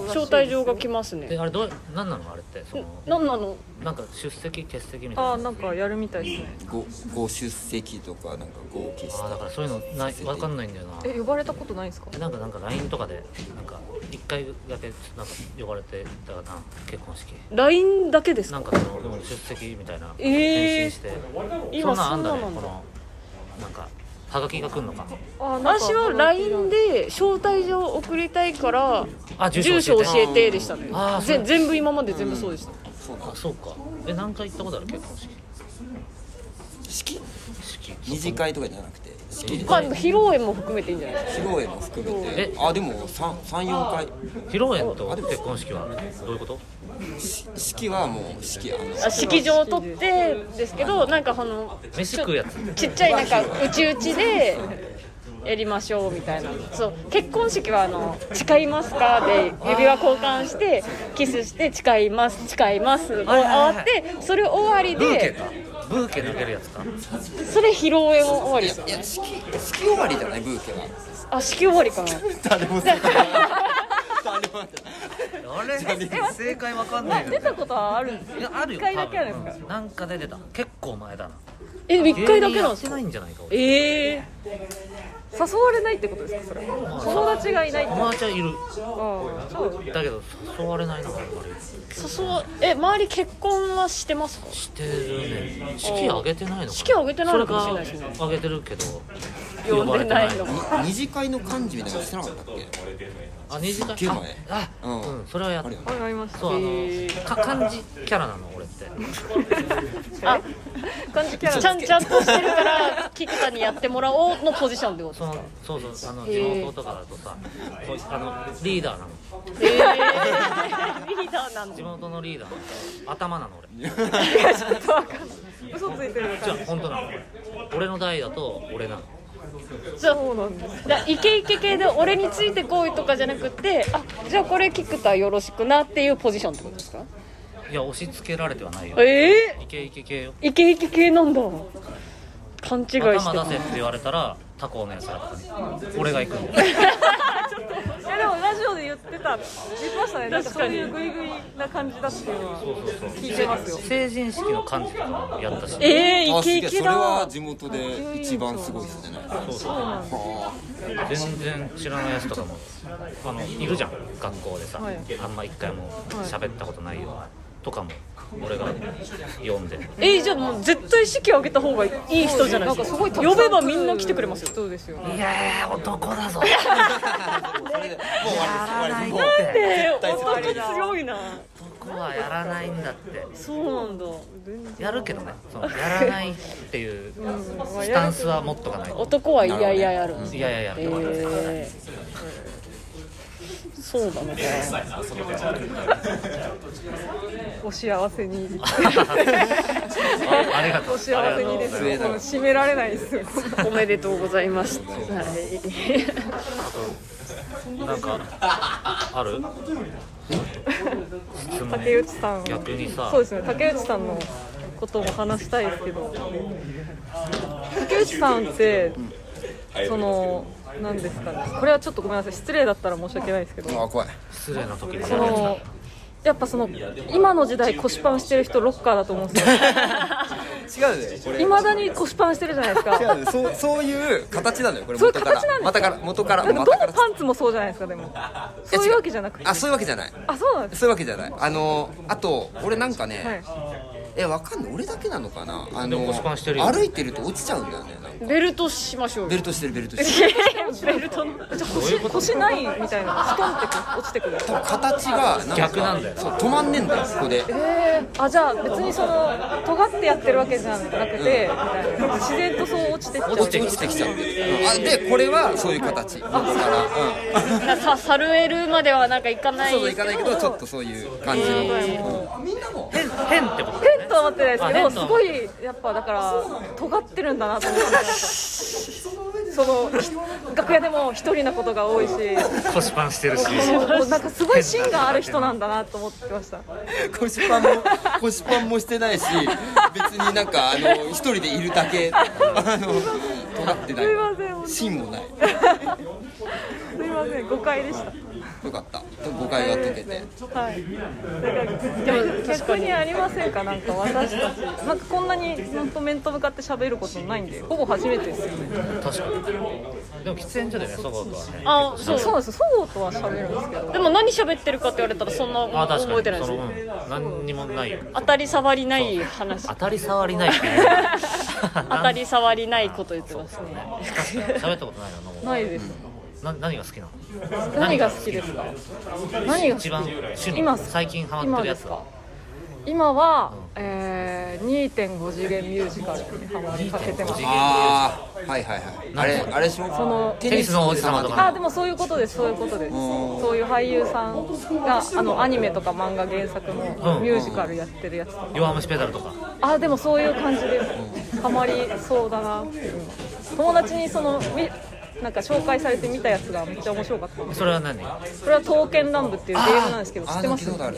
Speaker 2: 招待状が来ますね
Speaker 3: であれどう何なのあれってその
Speaker 2: 何なの
Speaker 3: なんか出席欠席みたいな
Speaker 1: ああなんかやるみたいですね
Speaker 4: ごご出席とかなんかご消し
Speaker 3: あーだからそういうのないわかんないんだよな
Speaker 1: え呼ばれたことないんですか
Speaker 3: えなんかなんか LINE とかでなんか一回だけなんか呼ばれてたかな結婚式
Speaker 2: LINE だけです
Speaker 3: な
Speaker 2: か
Speaker 3: んかそのでも出席みたいな
Speaker 2: えー
Speaker 3: 返信して、
Speaker 2: 今
Speaker 3: そんなんあんだ
Speaker 2: そ
Speaker 3: ね
Speaker 2: んなの
Speaker 3: このなんかハガキが来るのか
Speaker 1: ああ
Speaker 2: 私は LINE で招待状を送りたいから
Speaker 3: あ
Speaker 2: 住所教えてでしたね
Speaker 3: あー
Speaker 2: ぜ
Speaker 3: そう
Speaker 2: 全部今まで全部そうでした
Speaker 4: そう
Speaker 3: あ
Speaker 4: か
Speaker 3: そうかえ何回行ったことある結婚式
Speaker 4: 式
Speaker 3: 式
Speaker 4: 二次会とかじゃなくて式で
Speaker 2: まあ披露宴も含めていいんじゃないですか
Speaker 4: 披露宴も含めて
Speaker 3: え
Speaker 4: あでも三三四回
Speaker 3: 披露宴と結婚式はどういうこと
Speaker 4: 式はもう式あの
Speaker 2: あ式場を取ってですけどなんかこの
Speaker 3: 飯食うやつ
Speaker 2: ちっちゃいなんかうちうちでやりましょうみたいなそう結婚式はあの「誓いますか?」で指輪交換してキスして「誓います誓います」を
Speaker 3: はいは
Speaker 2: 終
Speaker 3: いは
Speaker 2: わ
Speaker 3: い
Speaker 2: ってそれ終わり
Speaker 3: ブーケ
Speaker 2: で
Speaker 3: かブーケ抜けるやつか
Speaker 2: それ披露宴も終わり
Speaker 4: い
Speaker 2: です
Speaker 4: や
Speaker 2: よ
Speaker 4: い
Speaker 2: ね
Speaker 4: や式式終わりじゃないブーケは
Speaker 2: あ式終わりかな
Speaker 4: 誰も誰も
Speaker 3: あれ正解わかんない
Speaker 1: 出たことはあるんです
Speaker 3: いやあるよ
Speaker 1: 一回だけあるんですか
Speaker 3: 多分うんなんかで出てた結構前だな
Speaker 2: え一回だけなん
Speaker 3: や
Speaker 2: で
Speaker 3: っ
Speaker 2: す
Speaker 3: て
Speaker 2: か
Speaker 3: ないんじゃないか俺
Speaker 2: ええ
Speaker 1: 誘われないってことですかそれは友達がいないって
Speaker 3: 友達はいる
Speaker 1: ああそう
Speaker 3: だけど誘われないなあんま
Speaker 2: 誘わえ周り結婚はしてますか
Speaker 3: りしてるね式あげてないのかな
Speaker 2: 式あげてないのかもしれないですね
Speaker 3: それかあげてるけど
Speaker 2: 呼んでないの
Speaker 3: 呼ばれて
Speaker 2: か
Speaker 4: に二次会の幹事みたいなのしてなかったっけ
Speaker 3: あ二次会
Speaker 4: すっげえ前
Speaker 3: ああ
Speaker 4: うん
Speaker 3: うんそれはやっ
Speaker 4: あるよね
Speaker 1: わかりました
Speaker 3: そうあ
Speaker 2: へ
Speaker 3: のか漢字キャラなの俺って
Speaker 2: あ
Speaker 1: 感じキャラ
Speaker 2: ちゃんちゃんとしてるから菊田にやってもらおうのポジションってこと
Speaker 3: そ
Speaker 2: で
Speaker 3: の
Speaker 2: すか
Speaker 3: そうそうあの
Speaker 2: へえ
Speaker 3: 地元とかだとさこうあのリーダーなの
Speaker 2: えー、 (laughs) リーダーなん
Speaker 3: 地
Speaker 2: で
Speaker 3: 元のリーダーなの頭なの俺
Speaker 1: 嘘ついてるのか
Speaker 3: じゃあ本当なの俺俺の代だと俺なの
Speaker 1: そうなんです
Speaker 2: だイケイケ系で俺についてこいとかじゃなくてあじゃあこれ菊田よろしくなっていうポジションってことですか
Speaker 3: いや押し付けられてはないよ
Speaker 2: え
Speaker 3: いけいけ系よ
Speaker 2: ー、イケイケ系なんだ勘違いしてた
Speaker 3: 頭出せって言われたら他校のやつらとかに俺
Speaker 1: (laughs)
Speaker 3: が行くんだよ
Speaker 1: いやでもラジオで言ってた言ってましたねなんかそういうグイグイな感じだっていうのは聞いてますよ
Speaker 3: 成人式の幹事とかもやったし
Speaker 2: えー、
Speaker 4: あ
Speaker 2: イ
Speaker 4: す
Speaker 2: ケ
Speaker 4: げ
Speaker 2: イ
Speaker 4: え
Speaker 2: ケ
Speaker 4: それは
Speaker 2: だ
Speaker 4: 地元で一番すごいですね
Speaker 3: 全然知らないやつとかもあのいるじゃん学校でさ、
Speaker 1: はい
Speaker 3: あんま一回も喋ったことないよ、とかも俺が読んで
Speaker 2: えー、じゃあもう絶対式挙げた方がいい人じゃない
Speaker 1: なん
Speaker 2: で
Speaker 1: か
Speaker 2: す
Speaker 1: す
Speaker 2: か
Speaker 1: ごいたくさ
Speaker 2: 呼べばみんな来てくれますよ
Speaker 1: そうですよね
Speaker 3: いやー男だぞ
Speaker 4: もう終わりです終わりですもう
Speaker 2: え
Speaker 4: 対
Speaker 2: ー、男強いな
Speaker 3: 男はやらないんだって
Speaker 2: そうなんだ
Speaker 3: やるけどねそのやらないっていうスタンスは持っとかないと
Speaker 2: 男はいやいややる
Speaker 3: いやいややってもらえない
Speaker 2: えー、そうだね
Speaker 1: (laughs)
Speaker 4: (laughs)
Speaker 1: お幸せに
Speaker 3: ありがとう
Speaker 1: お幸せにで
Speaker 4: あ
Speaker 1: す
Speaker 4: りがとうござい
Speaker 1: よ
Speaker 4: ま
Speaker 1: この
Speaker 4: す
Speaker 1: 締められないですよ
Speaker 2: おめでとうございます。はい。
Speaker 3: なんかある質問
Speaker 1: 竹内さん
Speaker 3: 逆にさ
Speaker 1: そうですね竹内さんのことも話したいですけど竹内さんってその何ですかねこれはちょっとごめんなさい失礼だったら申し訳ないですけど
Speaker 4: あ怖い
Speaker 3: 失礼な時に
Speaker 1: そのやっぱその今の時代腰パンしてる人ロッカーだと思うんですよ
Speaker 4: 違うねこれ
Speaker 1: いまだに腰パンしてるじゃないですか
Speaker 4: 違うねそうそういう形なのよこれ
Speaker 1: そういう
Speaker 4: 元から
Speaker 1: 形なんです
Speaker 4: またから元から
Speaker 1: なんか
Speaker 4: ま
Speaker 1: ど
Speaker 4: たか
Speaker 1: の
Speaker 4: ら
Speaker 1: パンツもそうじゃないですかでもそういうわけじゃなくて
Speaker 4: あそういうわけじゃない
Speaker 1: あそうなんです
Speaker 4: そういうわけじゃないあのあと俺なんかね、
Speaker 1: はい
Speaker 4: えわかんない俺だけなのかなあ
Speaker 3: でも
Speaker 4: の
Speaker 3: 腰パンしてるよ
Speaker 4: 歩いてると落ちちゃうんだよねなんか
Speaker 2: ベルトしましょう
Speaker 4: ベ
Speaker 2: よ。
Speaker 4: ルトしてるベルトしてる
Speaker 2: ベルトの。
Speaker 1: じゃあ腰腰ないみたいなストンってこう落ちてくる
Speaker 4: 多分形がなんか
Speaker 3: 逆なんだよ
Speaker 4: そう止まんねえんだよここで
Speaker 1: えー、あじゃあ別にその尖ってやってるわけじゃなくて、みたいな自然とそう落ちてっちゃう
Speaker 4: 落ちてきちゃってるあでこれはそういう形だから、うん、
Speaker 2: さ、サルエルまではなんかいかない。
Speaker 4: そういかないけどちょっとそういう感じの、
Speaker 3: 変変ってことだよ
Speaker 1: 変
Speaker 3: ね
Speaker 1: とは思ってないですけ
Speaker 3: あ
Speaker 1: ど
Speaker 3: 変
Speaker 1: す
Speaker 3: とは
Speaker 1: ごいやっぱだから尖ってるんだなと思ってその楽屋でも一人なことが多いし
Speaker 3: 腰パンしてるし
Speaker 1: もうなんかすごい芯がある人なんだなと思ってました
Speaker 4: 腰パンも (laughs) 腰パンもしてないし別になんかあの一人でいるだけあの尖ってない
Speaker 1: すいません本当に
Speaker 4: 芯もない
Speaker 1: すいません誤解でした
Speaker 4: よかった誤解が解けて
Speaker 1: はい、だから逆にありませんか、なんか私たち、なんかこんなに本当、面と向かって喋ることないんで、ほぼ初めてですよね、
Speaker 3: 確かにでも喫煙所でねそばとはね
Speaker 2: あ、そ
Speaker 1: そう
Speaker 2: う。
Speaker 1: なんですよ、そごうとは喋るんですけど、
Speaker 2: でも何喋ってるかって言われたらそんな
Speaker 3: あ確かに
Speaker 2: 覚えてないです
Speaker 3: その、うん、何にもないよ
Speaker 2: 当たり障りない話
Speaker 3: 当。たり障りないっていう
Speaker 2: 当たり障りないこと言ってますね。
Speaker 3: 喋ったことないなも
Speaker 1: ないです、
Speaker 3: うな何が好きなの
Speaker 1: 何が好きですか、何が好
Speaker 3: 一
Speaker 1: き
Speaker 3: 番趣味
Speaker 1: 今
Speaker 3: 最近ハマってるやつは
Speaker 1: 今は、えー、2.5次元ミュージカルにハマりかけてます。
Speaker 4: ああはいはいはいあれあれでしょ
Speaker 1: の
Speaker 4: テ
Speaker 3: ニスの王子様とか
Speaker 1: あでもそういうことですそういうことですそういう俳優さんがあのアニメとか漫画原作のミュージカルやってるやつとか
Speaker 3: 弱虫ペダルとか
Speaker 1: あでもそういう感じですハマりそうだな友達にそのみなんか紹介されて見たやつがめっちゃ面白かった
Speaker 3: それは何
Speaker 1: それは「刀剣乱舞」っていうゲームなんですけど知
Speaker 4: あ
Speaker 1: っ
Speaker 4: ー
Speaker 1: て
Speaker 4: な
Speaker 1: ま
Speaker 4: んか聞
Speaker 1: す
Speaker 4: いたことある、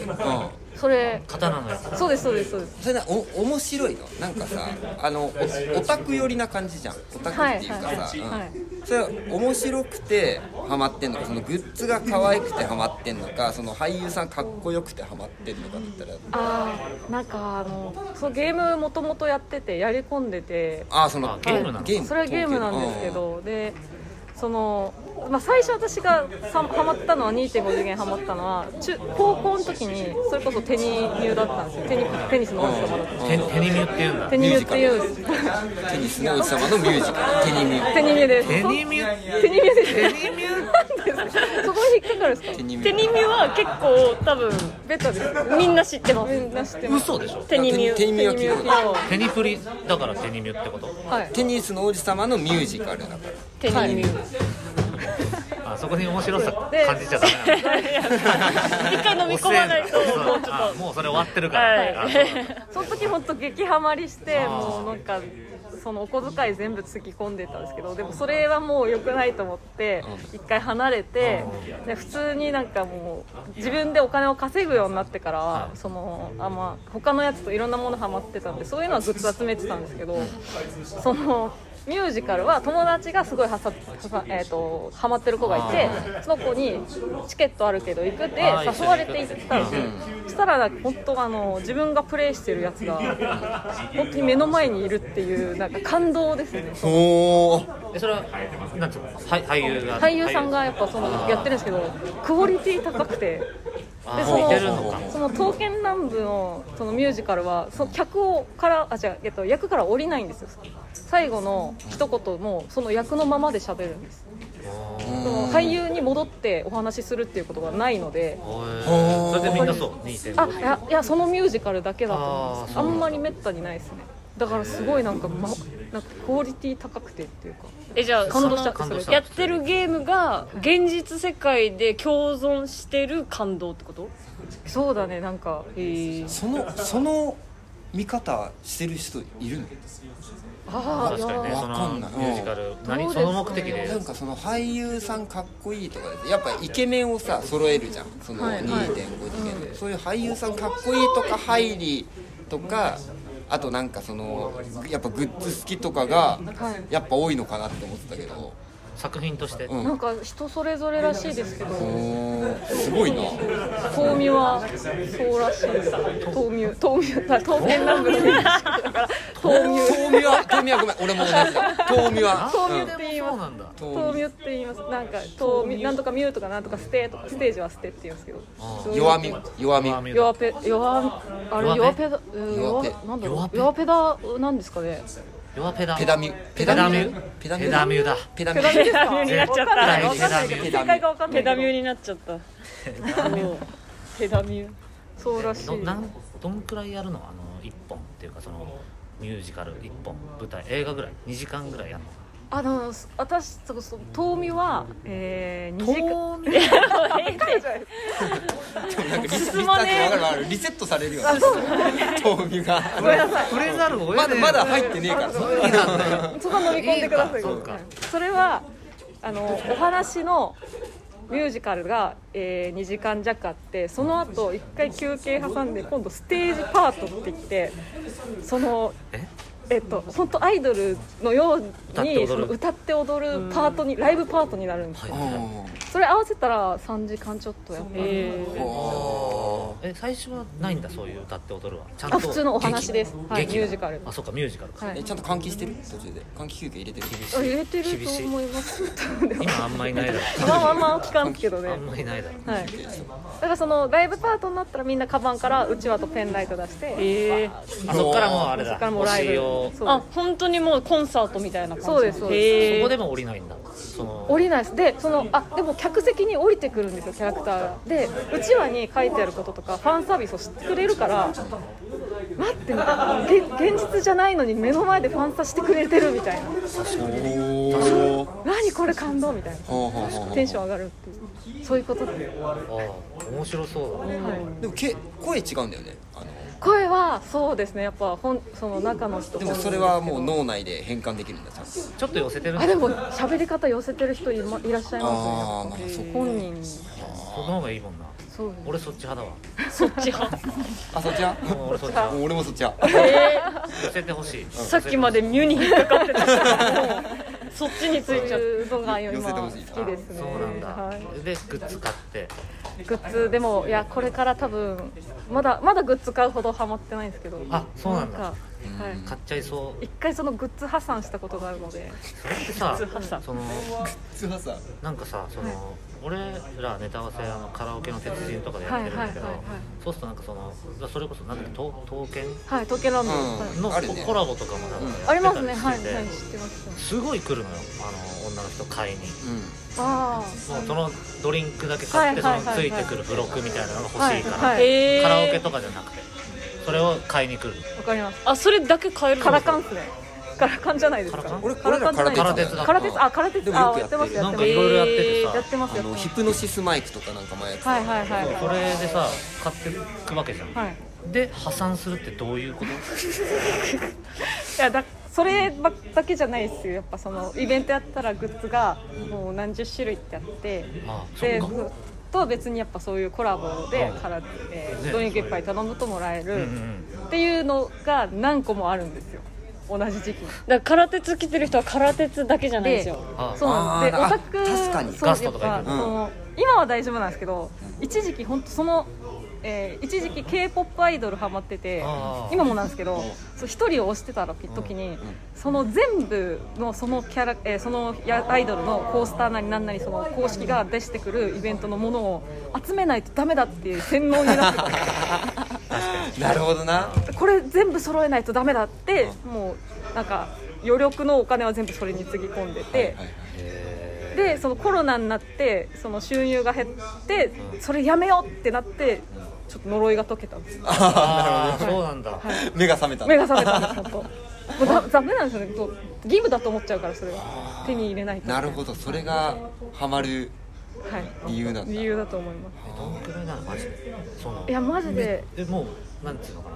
Speaker 4: うん、
Speaker 1: それ
Speaker 3: 刀のやつ
Speaker 1: そうですそうですそうです
Speaker 4: それなお面白いのなんかさあのおオタク寄りな感じじゃんオタクっていうかさ、
Speaker 1: はいはい
Speaker 4: うん
Speaker 1: はい
Speaker 4: それは面白くてハマってんのかそのグッズが可愛くてハマってんのかその俳優さんかっこよくてハマってんのかだったら
Speaker 1: あーなんかあのそうゲームもともとやっててやり込んでて
Speaker 4: あーその
Speaker 3: あゲームなの
Speaker 4: ゲーム
Speaker 1: それはゲームなんですけどでその、まあ、最初私がさハマったのは2.5次元ハマったのは中高校の時にそれこそテニ入だったんですよテニテニスの王子様だったんです
Speaker 3: テテニミュって言うんだ
Speaker 1: テニ入っていうんです
Speaker 4: うんテニスの王子様のミュージカルテニミュ
Speaker 1: 手に入れです。
Speaker 3: テニミュ
Speaker 1: 手に入れです。なんですかそこに引っかかるんです
Speaker 4: テ
Speaker 1: か。
Speaker 4: ニミ
Speaker 2: テニミュは結構多分
Speaker 1: ベタです。
Speaker 2: みんな知ってま
Speaker 1: み
Speaker 2: す。
Speaker 1: んな知ってます。
Speaker 3: 嘘でしょ
Speaker 2: テニミュ。
Speaker 4: テニミュは聞いたことある
Speaker 3: テニプリだからテニミュってこと
Speaker 1: はい。
Speaker 4: テニスの王子様のミュージカルだから
Speaker 2: テニミュ。
Speaker 3: あそこに面白さ
Speaker 1: で
Speaker 3: 感じちゃダメなの
Speaker 2: 一回飲み込まないと
Speaker 3: 遅えな
Speaker 2: もうちょっ
Speaker 3: あもうそれ終わってるか
Speaker 2: と。は
Speaker 3: ら、あそう
Speaker 2: い。
Speaker 1: その時本当激ハマりしてもうなんかそのお小遣い全部つぎ込んでたんですけどでもそれはもう良くないと思って一回離れてで普通になんかもう自分でお金を稼ぐようになってからはそのあまあ他のやつといろんなものハマってたんでそういうのはグッズ集めてたんですけどその。ミュージカルは友達がすごいはさはさ、えー、とハマってる子がいてその子にチケットあるけど行くって
Speaker 3: あー
Speaker 1: 誘われて行ったんですよそしたらなんか本当あの自分がプレイしてるやつが本当に目の前にいるっていうなんか感動ですね
Speaker 4: ほー
Speaker 3: えそれはなんていうのはい俳優が
Speaker 1: 俳優さんがやっぱそのやってるんですけどクオリティ高くて。
Speaker 3: あ
Speaker 1: で
Speaker 3: ー
Speaker 1: そ
Speaker 3: 似
Speaker 1: の
Speaker 3: てるのか
Speaker 1: その刀剣乱舞のそのミュージカルはその客をからあ違う、えっと、役から降りないんですよ最後の一言もその役のままで喋るんですその俳優に戻ってお話しするっていうことがないので
Speaker 3: おーそれでみんなそう2.5
Speaker 1: あいやいやそのミュージカルだけだと思いますあ
Speaker 3: あーそうなん
Speaker 1: ん
Speaker 3: だ
Speaker 1: まりめったにないですねだからすごいなんか,、ま、なんかクオリティ高くてっていうか
Speaker 2: えじゃあ
Speaker 1: 感動しちゃって
Speaker 2: その
Speaker 1: それ
Speaker 2: やってるゲームが現実世界で共存してる感動ってこと
Speaker 1: そうだねなんか
Speaker 2: へえ
Speaker 4: そのその見方してる人いるの
Speaker 1: ああい
Speaker 3: 確
Speaker 1: や
Speaker 3: かにね
Speaker 1: ー
Speaker 3: そ
Speaker 4: わか
Speaker 3: の
Speaker 4: ん
Speaker 3: ミ
Speaker 4: な
Speaker 3: ュ
Speaker 4: い
Speaker 3: ージカル何
Speaker 1: どうですか
Speaker 3: そ
Speaker 1: ね
Speaker 3: の目的で
Speaker 4: なんかその俳優さんかっこいいとかでやっぱイケメンをさ揃えるじゃんその
Speaker 1: はいはい
Speaker 4: 2.5次元で、そういう俳優さんかっこいいとか入りとかあとなんかそのやっぱグッズ好きとかが
Speaker 1: はい
Speaker 4: やっぱ多いのかなって思ってたけど、
Speaker 3: 作品として
Speaker 4: うん
Speaker 1: なんか人それぞれらしいですけど
Speaker 4: おーすごいな
Speaker 1: 豆乳はそうらしいです豆乳豆乳だから豆腐なんですよ豆乳
Speaker 4: 豆乳は豆乳はごめん俺も同じだ豆乳は
Speaker 1: 豆乳って言い
Speaker 3: そ
Speaker 1: ま
Speaker 3: うなんだ
Speaker 1: す豆乳って言いますなんか豆乳なんとかミューとかなんとかステーとかステージはステって言うんですけど
Speaker 4: うん弱み弱み
Speaker 3: 弱み
Speaker 1: 弱ペ弱あれ
Speaker 3: 弱
Speaker 1: 弱
Speaker 3: ペ
Speaker 1: ペダえー弱
Speaker 4: 弱ペ
Speaker 1: なんだ
Speaker 3: 弱
Speaker 1: ろ
Speaker 3: ペ
Speaker 1: う弱ペダなんですかね
Speaker 3: 弱ペダ
Speaker 4: ペダミュ
Speaker 3: ペダミュ
Speaker 4: ペダミュ
Speaker 3: ペダミュだ
Speaker 4: ペダミ
Speaker 1: ペダミュですか
Speaker 2: ペダミュになっちゃった
Speaker 1: わかんないわかんないけど
Speaker 4: ペダミュ
Speaker 1: 正解がわかんないけ
Speaker 2: ペ
Speaker 1: ど
Speaker 2: ダミューになっちゃったもうペダミュー
Speaker 1: そうらしい
Speaker 3: どなんどんくらいやるのあの1本っていうかそのミュージカル1本舞台映画ぐらい2時間ぐらいやるの
Speaker 1: あの私そうそう豆乳は (laughs) えー2時間
Speaker 3: 豆乳
Speaker 4: なんかリス
Speaker 2: 進まねえ
Speaker 4: リスなんかわかるわかるリセットされるよね豆乳が
Speaker 1: ごめんなさい
Speaker 3: 触れざるを得
Speaker 4: ま
Speaker 3: な
Speaker 4: だ
Speaker 3: い
Speaker 4: まだ入ってねえから
Speaker 1: そこは飲み込んでください。
Speaker 3: いいかそうか
Speaker 1: それはあのお話のミュージカルが、えー2時間弱あってその後1回休憩挟んで今度ステージパートって言ってその
Speaker 3: え
Speaker 1: えっと本当アイドルのよう
Speaker 3: 歌って踊
Speaker 1: に
Speaker 3: る
Speaker 1: その歌って踊るパートにライブパートになるんですよ
Speaker 4: うん
Speaker 1: それ合わせたら3時間ちょっとやっぱり、
Speaker 2: えー
Speaker 4: お
Speaker 3: え最初はないんだそういう歌って踊るはちゃんと
Speaker 1: あ普通のお話です、
Speaker 3: 劇
Speaker 1: はい、ミ
Speaker 3: 劇
Speaker 1: ュージカル
Speaker 3: あそうかミュージカルか、
Speaker 1: は
Speaker 4: ーえ
Speaker 1: い
Speaker 4: ちゃんと換気してる途中で換気休憩入れてる
Speaker 3: 厳し
Speaker 1: あ
Speaker 3: い
Speaker 1: 入れてる
Speaker 3: 厳
Speaker 1: と
Speaker 3: しい
Speaker 1: 思います (laughs)
Speaker 3: 今あんまりないだろ
Speaker 1: 今はあんま聞かんけどね
Speaker 3: あんまりないだろ
Speaker 1: はい、だからそのライブパートになったらみんなカバンからうちわとペンライト出して、
Speaker 2: えー
Speaker 3: あそっからもうあれ
Speaker 1: そ
Speaker 3: だ
Speaker 1: こからもうライブ
Speaker 3: 推しをそ
Speaker 1: そう
Speaker 2: あ
Speaker 1: です
Speaker 2: 本当にもうコンサートみたいな感じ
Speaker 1: そうですそうです
Speaker 2: へー
Speaker 3: こでも降りないんだその
Speaker 1: 降りないですでそのあでも客席に降りてくるんですよキャラクターがでうちわに書いてあることとかファンサービスをしてくれるから待ってみたいなげ現実じゃないのに目の前でファンサしてくれてるみたいな
Speaker 4: お
Speaker 1: 何これ感動みたいな
Speaker 4: ほうほうほう
Speaker 1: テンション上がるっていうそういうことで、は
Speaker 3: ああ面白そうだね
Speaker 1: い、
Speaker 4: でもけ声違うんだよねあの
Speaker 1: 声はそうですねやっぱ本その中の人
Speaker 4: でもそれはもう脳内で変換できるんだちゃんと
Speaker 3: ちょっと寄せてるん
Speaker 1: あ
Speaker 3: だ
Speaker 1: でも喋り方寄せてる人い,、ま、いらっしゃい
Speaker 4: ああ
Speaker 1: ま
Speaker 4: なん
Speaker 1: す
Speaker 4: か
Speaker 1: ね
Speaker 4: そ
Speaker 1: 本人に
Speaker 3: その方がいいもんな
Speaker 1: そう
Speaker 3: 俺そっち派だわ
Speaker 2: そっち派
Speaker 4: あそっちや
Speaker 3: もう俺そっち派
Speaker 4: (laughs) 俺もそっちや
Speaker 3: 寄せてほしい
Speaker 2: さっきまでミュに引っかかってたからもうそっちについち
Speaker 1: そ
Speaker 2: ゃ
Speaker 1: う
Speaker 2: っ
Speaker 1: いうのが
Speaker 4: 寄せ
Speaker 1: 今
Speaker 4: て
Speaker 1: 好
Speaker 4: ほしい
Speaker 1: きですね
Speaker 3: そうなんだ
Speaker 1: はい、
Speaker 3: でグッズ買って
Speaker 1: グッズでもいやこれから多分まだまだグッズ買うほどハマってないんですけど
Speaker 3: あそうなんだ
Speaker 1: か、はい
Speaker 3: 買っちゃいそ
Speaker 1: 一回そのグッズ破産したことがあるので
Speaker 3: うそれってさ
Speaker 2: た
Speaker 3: その
Speaker 4: つはさ
Speaker 3: なんかさその俺らネタ合わせあのカラオケの鉄人とかでやってるんだけ
Speaker 1: はいはいはいはい
Speaker 3: どそうするとなんかそのそれこそなんだっけ刀刀剣
Speaker 1: はい時計ランド、
Speaker 4: うん
Speaker 1: はい
Speaker 3: の
Speaker 4: あるよね
Speaker 3: コラボとかもなんかやってた
Speaker 1: あり
Speaker 3: りしてて
Speaker 1: ますねはい、はい、知ってます知ってます
Speaker 3: すごい来るのよあの女の人買いに
Speaker 4: う
Speaker 1: あ
Speaker 3: もうそのドリンクだけ買ってそ
Speaker 1: は
Speaker 3: の
Speaker 1: い
Speaker 3: つ
Speaker 1: はいはい
Speaker 3: い
Speaker 1: はい
Speaker 3: てくる付録みたいなのが
Speaker 1: あ
Speaker 3: 欲しいから、
Speaker 1: はい、
Speaker 2: た
Speaker 1: はい
Speaker 2: へー
Speaker 3: カラオケとかじゃなくてそれを買いに来る
Speaker 1: わかります
Speaker 2: あそれだけ買えるの
Speaker 1: カラカンっすねカラカンじゃないですか
Speaker 3: カ
Speaker 4: 俺
Speaker 1: カラカ
Speaker 4: 空
Speaker 1: ンじゃない
Speaker 4: 空
Speaker 1: で
Speaker 4: 手
Speaker 1: す
Speaker 4: だ
Speaker 1: か
Speaker 4: よ
Speaker 1: 空手あ空手
Speaker 4: でも
Speaker 1: あ
Speaker 4: よく
Speaker 1: や
Speaker 4: や
Speaker 1: っ
Speaker 4: っ
Speaker 1: ますやってます
Speaker 3: なん
Speaker 4: ててる
Speaker 3: かいろいろやっててさ
Speaker 1: やってます
Speaker 4: あ
Speaker 1: やって
Speaker 4: の
Speaker 1: ます
Speaker 4: ヒプノシスマイクとかなんか前やってた
Speaker 1: はいはいはい
Speaker 3: こ
Speaker 1: は
Speaker 3: れでさ買ってくわけじゃん、
Speaker 1: いはい
Speaker 3: で破産するってどういうこと
Speaker 1: いやだそればだけじゃないですよやっぱそのイベントやったらグッズがもう何十種類ってあって
Speaker 3: ああ
Speaker 1: で
Speaker 3: そっか
Speaker 1: とは別にやっぱそういうコラボでから、えー
Speaker 3: ね
Speaker 1: ドリンク一杯頼むともらえ
Speaker 3: うん
Speaker 1: る
Speaker 3: うんうん
Speaker 1: っていうのが何個もあるんですよ同じ時期に
Speaker 2: だから空鉄来てる人は空鉄だけじゃないですよ
Speaker 3: あ
Speaker 1: そうなんですで
Speaker 4: あー
Speaker 1: オタク
Speaker 4: あ確かに
Speaker 1: そう
Speaker 3: ガストとか
Speaker 1: や
Speaker 3: 行
Speaker 1: っ
Speaker 3: く
Speaker 1: ぱ
Speaker 4: の
Speaker 1: その今は大丈夫なんですけど一時期本当その、えー一時期 k p o p アイドルハマってて
Speaker 3: あー
Speaker 1: 今もなんですけどそう一人を推してた時時にその全部のそのキャラ、えーそのやアイドルのコースターなりなんなりその公式が出してくるイベントのものを集めないとダメだっていう洗脳になってた
Speaker 4: (laughs) なるほどな
Speaker 1: これ全部揃えないとダメだってもうなんか余力のお金は全部それにつぎ込んでて。
Speaker 4: はいはい
Speaker 1: でそのコロナになってその収入が減ってそれやめようってなってちょっと呪いが解けたんですよ
Speaker 3: あーそうなんだ、
Speaker 4: 目が覚めた
Speaker 1: 目が覚めたんです本当もうだダメなんですよねそう義務だと思っちゃうからそれは手に入れないと
Speaker 4: なるほどそれがハマる
Speaker 1: はい
Speaker 4: 理由なんだ
Speaker 1: 理由だと思います
Speaker 3: えどんくらいなのマジでそうなの
Speaker 1: いやマジで
Speaker 3: えもうなんていうのか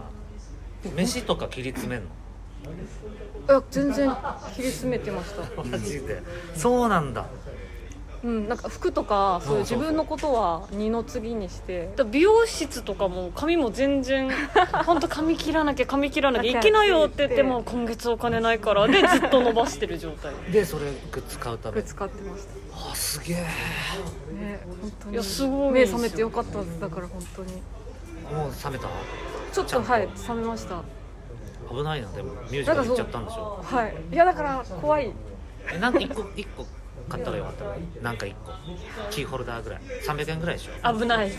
Speaker 3: な飯とか切り詰めんの
Speaker 1: いや全然切り詰めてました
Speaker 3: マジでそうなんだ
Speaker 1: うんなんか服とかそういう自
Speaker 3: そうそう
Speaker 1: 分のことは二の次にして
Speaker 2: だから美容室とかも髪も
Speaker 1: (laughs)
Speaker 2: 全然本当髪切らなきゃ髪切らなきゃいけないよって言っても今月お金ないからでずっと伸ばしてる状態
Speaker 1: (laughs)
Speaker 3: でそれグッズ買うため
Speaker 1: 使ってました
Speaker 3: あすげえ
Speaker 1: ね本当に
Speaker 2: いやすごい
Speaker 1: 目覚めてよかったですだから本当に
Speaker 3: もう冷めた
Speaker 1: ちょっとはい覚めました
Speaker 3: 危ないなでもミュージカル行っちゃったんでしょ
Speaker 1: はいいやだから怖い
Speaker 3: えなんか一個一個買ったらよかったなんか一個キーホルダーぐらい300円ぐらいでしょ
Speaker 2: 危 (laughs) ない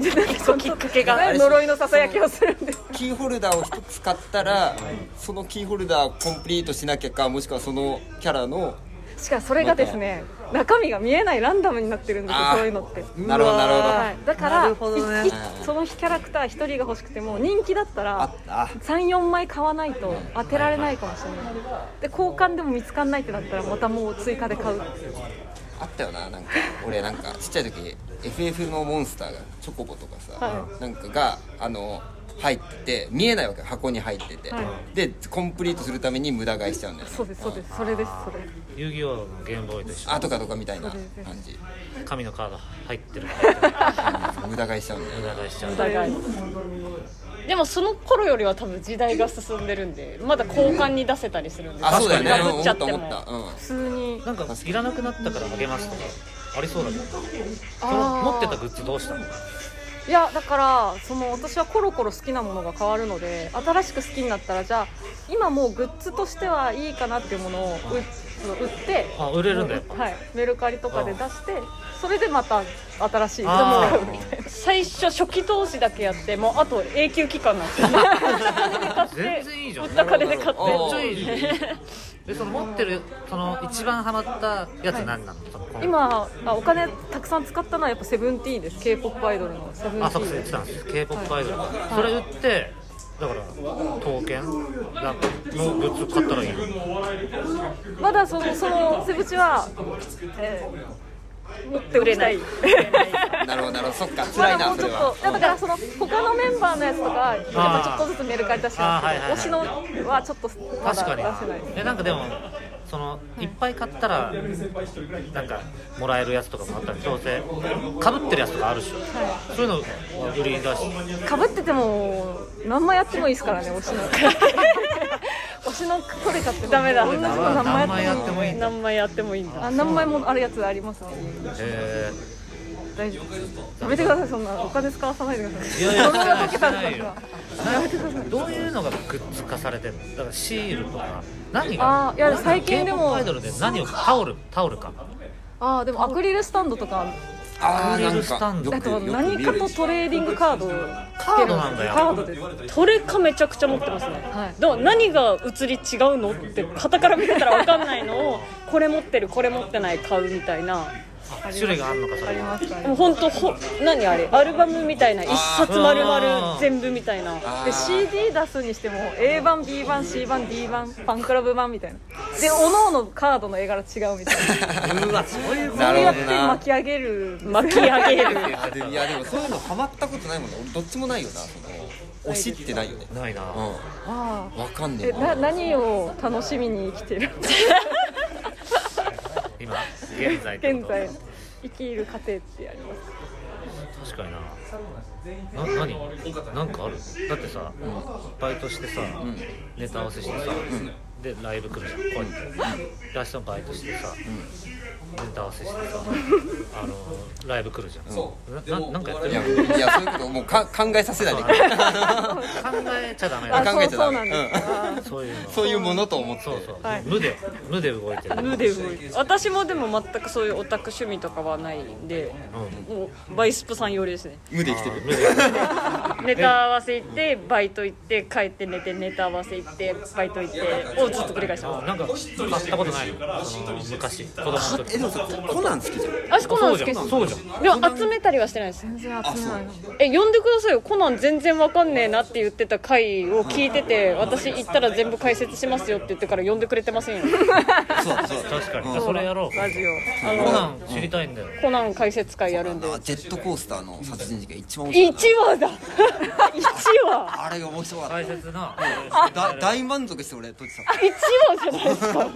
Speaker 2: 一個きっか
Speaker 1: (laughs)
Speaker 2: けが
Speaker 1: 呪いのささやきをするんです
Speaker 4: キーホルダーを一つ買ったらそのキーホルダーをコンプリートしなきゃかもしくはそのキャラの
Speaker 1: しかもそれがですね中身が見えないランダムになってるんですよ
Speaker 4: あー
Speaker 1: そういうのって
Speaker 4: なるほどなるほど
Speaker 1: はいだから
Speaker 2: なるほどね
Speaker 1: いいそのキャラクター1人が欲しくても人気だった
Speaker 4: あ
Speaker 1: ら
Speaker 4: あ
Speaker 1: 34枚買わないと当てられないかもしれないで交換でも見つかんないってなったらまたもう追加で買う
Speaker 4: あったよななんか俺なんかちっちゃい時 FF のモンスターがチョコボとかさ、
Speaker 1: は
Speaker 4: なんかがあの入ってて見えないわけ箱に入ってて、
Speaker 1: はい
Speaker 4: でコンプリートするために無駄買いしちゃうんだよね
Speaker 1: そうですそうですそれですそれ
Speaker 3: 遊戯王のゲームボーイと一緒
Speaker 4: あとかとかみたいな
Speaker 1: そう
Speaker 4: 感
Speaker 1: です
Speaker 4: じ
Speaker 3: 紙のカード入ってる
Speaker 2: (laughs)
Speaker 4: 無駄買いしちゃうんだよ
Speaker 3: 無
Speaker 4: ね
Speaker 3: 駄返しちゃう
Speaker 2: お互いでもその頃よりは多分時代が進んでるんでまだ交換に出せたりするんです
Speaker 4: あそうだよね
Speaker 2: かぶっちゃ
Speaker 4: 思
Speaker 2: っ
Speaker 4: った
Speaker 2: て
Speaker 4: 思った
Speaker 2: も、
Speaker 4: うん、
Speaker 1: 普通に
Speaker 3: なんかいらなくなったからあげますとかありそうだけどそ
Speaker 1: あ
Speaker 3: の
Speaker 1: ー
Speaker 3: 持ってたグッズどうしたの
Speaker 1: いやだからその私はコロコロ好きなものが変わるので新しく好きになったらじゃあ今もうグッズとしてはいいかなっていうものをう売って
Speaker 3: あ売れるんだやっぱ
Speaker 1: はい、メルカリとかで出してそれでまた新しい
Speaker 3: あ
Speaker 1: もの
Speaker 3: ー
Speaker 1: を買うみたい
Speaker 2: 最初初期投資だけやってもうあと永久期間なんですよ (laughs)
Speaker 3: 全然いいじゃん
Speaker 2: 売った金で買っ
Speaker 4: なる
Speaker 2: て
Speaker 4: ほ
Speaker 3: めっちゃいいじゃんでその持ってるその一番ハマったやつ何なの、そのこの
Speaker 1: な今あお金たくさん使ったのはやっぱセブンティーンです k p o p アイドルのセブンティ
Speaker 3: あそうか
Speaker 1: ーンで
Speaker 3: 言って
Speaker 1: す
Speaker 3: たんです k p o p アイドル、それ売ってだから刀剣なんかのグッズ買ったらいいの
Speaker 1: まだそのそのセブチは、えー持っておきたい
Speaker 4: なるほどなるほどそっか
Speaker 1: ま
Speaker 4: 辛い
Speaker 1: だも
Speaker 4: な
Speaker 1: うちょ
Speaker 4: それ
Speaker 1: っと
Speaker 4: は
Speaker 1: いやだからその他のメンバーのやつとかやっぱちょっとずつメルカリ出してますけど、
Speaker 3: あーはいはいはい
Speaker 1: 推しのはちょっとま
Speaker 3: 確
Speaker 1: だ
Speaker 3: か
Speaker 1: 出
Speaker 3: に
Speaker 1: せないです
Speaker 3: えなんかでもそのいっぱい買ったらなんかもらえるやつとかもあったりどうせかぶってるやつとかあるでしょ、そういうの売り出し
Speaker 1: かぶってても何枚やってもいいですからね推しの (laughs) 推しの取れちゃっても
Speaker 2: ダメだ
Speaker 1: 同じの何枚
Speaker 3: 何枚
Speaker 1: や
Speaker 3: や
Speaker 1: っ
Speaker 3: ってて
Speaker 1: も
Speaker 3: もいいんだ
Speaker 2: 何枚やってもいいんだ
Speaker 1: あ何枚もあるやつありますね
Speaker 3: え
Speaker 1: 大丈夫やめてくださいそんなお金使わさないでください
Speaker 3: いやいや
Speaker 1: そんな溶け
Speaker 3: して
Speaker 1: た
Speaker 3: ない
Speaker 1: んで
Speaker 3: して
Speaker 1: す
Speaker 3: ないよ
Speaker 1: か
Speaker 3: ー、どういうのがグッズ化されてるのだからシールとか何が
Speaker 1: あーいや最近でも
Speaker 3: K-POP アイドルで何をタオルタオルか
Speaker 1: ああでもアクリルスタンドとか
Speaker 4: あ
Speaker 3: ア
Speaker 4: ー
Speaker 3: クリルスタ
Speaker 4: な
Speaker 3: ン
Speaker 4: ん
Speaker 3: ド
Speaker 4: か
Speaker 1: あ
Speaker 4: よく
Speaker 1: と
Speaker 4: よく
Speaker 1: 何
Speaker 4: 見
Speaker 1: か
Speaker 4: る
Speaker 1: とトレーディングカードをつける
Speaker 3: カードなんだよ
Speaker 1: カードです
Speaker 2: トレカめちゃくちゃ持ってますね、
Speaker 1: はい
Speaker 2: でも何が移り違うのって傍から見てたら分かんないのをこれ持ってるこれ持ってない買うみたいな
Speaker 3: 種類があるのかそ
Speaker 1: あ
Speaker 3: れ
Speaker 1: り
Speaker 3: は
Speaker 1: ますか
Speaker 2: もう本当ほ何あれアルバムみたいな一冊丸
Speaker 3: あ
Speaker 2: 々
Speaker 3: ー
Speaker 2: 全部みたいな
Speaker 4: あ
Speaker 1: で CD 出すにしても A 版 B 版 C 版 D 版ファンクラブ版みたいなでおのおのカードの絵柄違うみたいな
Speaker 3: うわそういうこと
Speaker 4: (laughs) な
Speaker 1: そう
Speaker 4: る
Speaker 1: や
Speaker 4: ほ
Speaker 1: っ
Speaker 4: ど
Speaker 1: て
Speaker 4: な
Speaker 1: 巻き上げる
Speaker 2: 巻き上げる
Speaker 1: (laughs)
Speaker 4: あでいやでもそういうのハマったことないもんね俺どっちもないよなその推しってないよね
Speaker 3: ないな、
Speaker 4: う
Speaker 1: あ
Speaker 4: んわかんね
Speaker 1: ーえ
Speaker 4: え
Speaker 1: な
Speaker 4: な
Speaker 1: 何を楽しみに生きて
Speaker 4: (laughs)
Speaker 1: る
Speaker 3: 今現在ってこ
Speaker 1: 現
Speaker 3: と
Speaker 1: 在生きる過程ってあります
Speaker 3: 確かになな何なんかあるだってさ、バイトしてさ、ネタ合わせしてさ、でライブ来るじゃんこうやって、ラストのバイトしてさ、ネタ合わせしてさあのライブ来るじゃん、なななんかやって
Speaker 4: い
Speaker 3: る
Speaker 4: やいやそういうこともうか考えさせないでくれ
Speaker 3: 考えちゃダメ
Speaker 1: あ
Speaker 3: だ
Speaker 4: あ考えちゃダ
Speaker 1: そうそうなん
Speaker 4: メ
Speaker 1: です
Speaker 4: うん
Speaker 3: そういうの
Speaker 4: そういうものと思って
Speaker 3: そうそう、
Speaker 1: はい
Speaker 3: 無で無で動いてる
Speaker 2: 無で動いて私もでも全くそういうオタク趣味とかはないんで
Speaker 3: うん
Speaker 2: もうバイスプさんよりですね
Speaker 4: 無で生きてる
Speaker 3: 無で
Speaker 2: ネタ合わせ行ってバイト行って帰って寝てネタ合わせ行ってバイト行ってをずっと繰り返してます
Speaker 3: なんか買ったことないのその昔子供の時
Speaker 4: えでもさコナン好きじゃん
Speaker 2: あコナン好きです
Speaker 3: そうじゃんそう
Speaker 2: でも集めたりはしてないです
Speaker 1: 全然集めないの
Speaker 2: え呼んでくださいよコナン全然わかんねえなって言ってた回を聞いてて私行ったら全部解説しますよって言ってから呼んでくれてませんよ
Speaker 4: そうそうそう
Speaker 3: 確かにそれやろう
Speaker 1: ラジオ
Speaker 2: あ
Speaker 3: コナ
Speaker 2: の
Speaker 3: ン知りたいんだよ
Speaker 2: コナン解説会やるんで
Speaker 4: あジェットコースターの殺人事件一番面白い
Speaker 2: 1話だ1 (laughs) 話
Speaker 4: あれが面白かっ
Speaker 3: 大切な
Speaker 4: ただ大満足して俺撮って
Speaker 2: 1話じゃないですか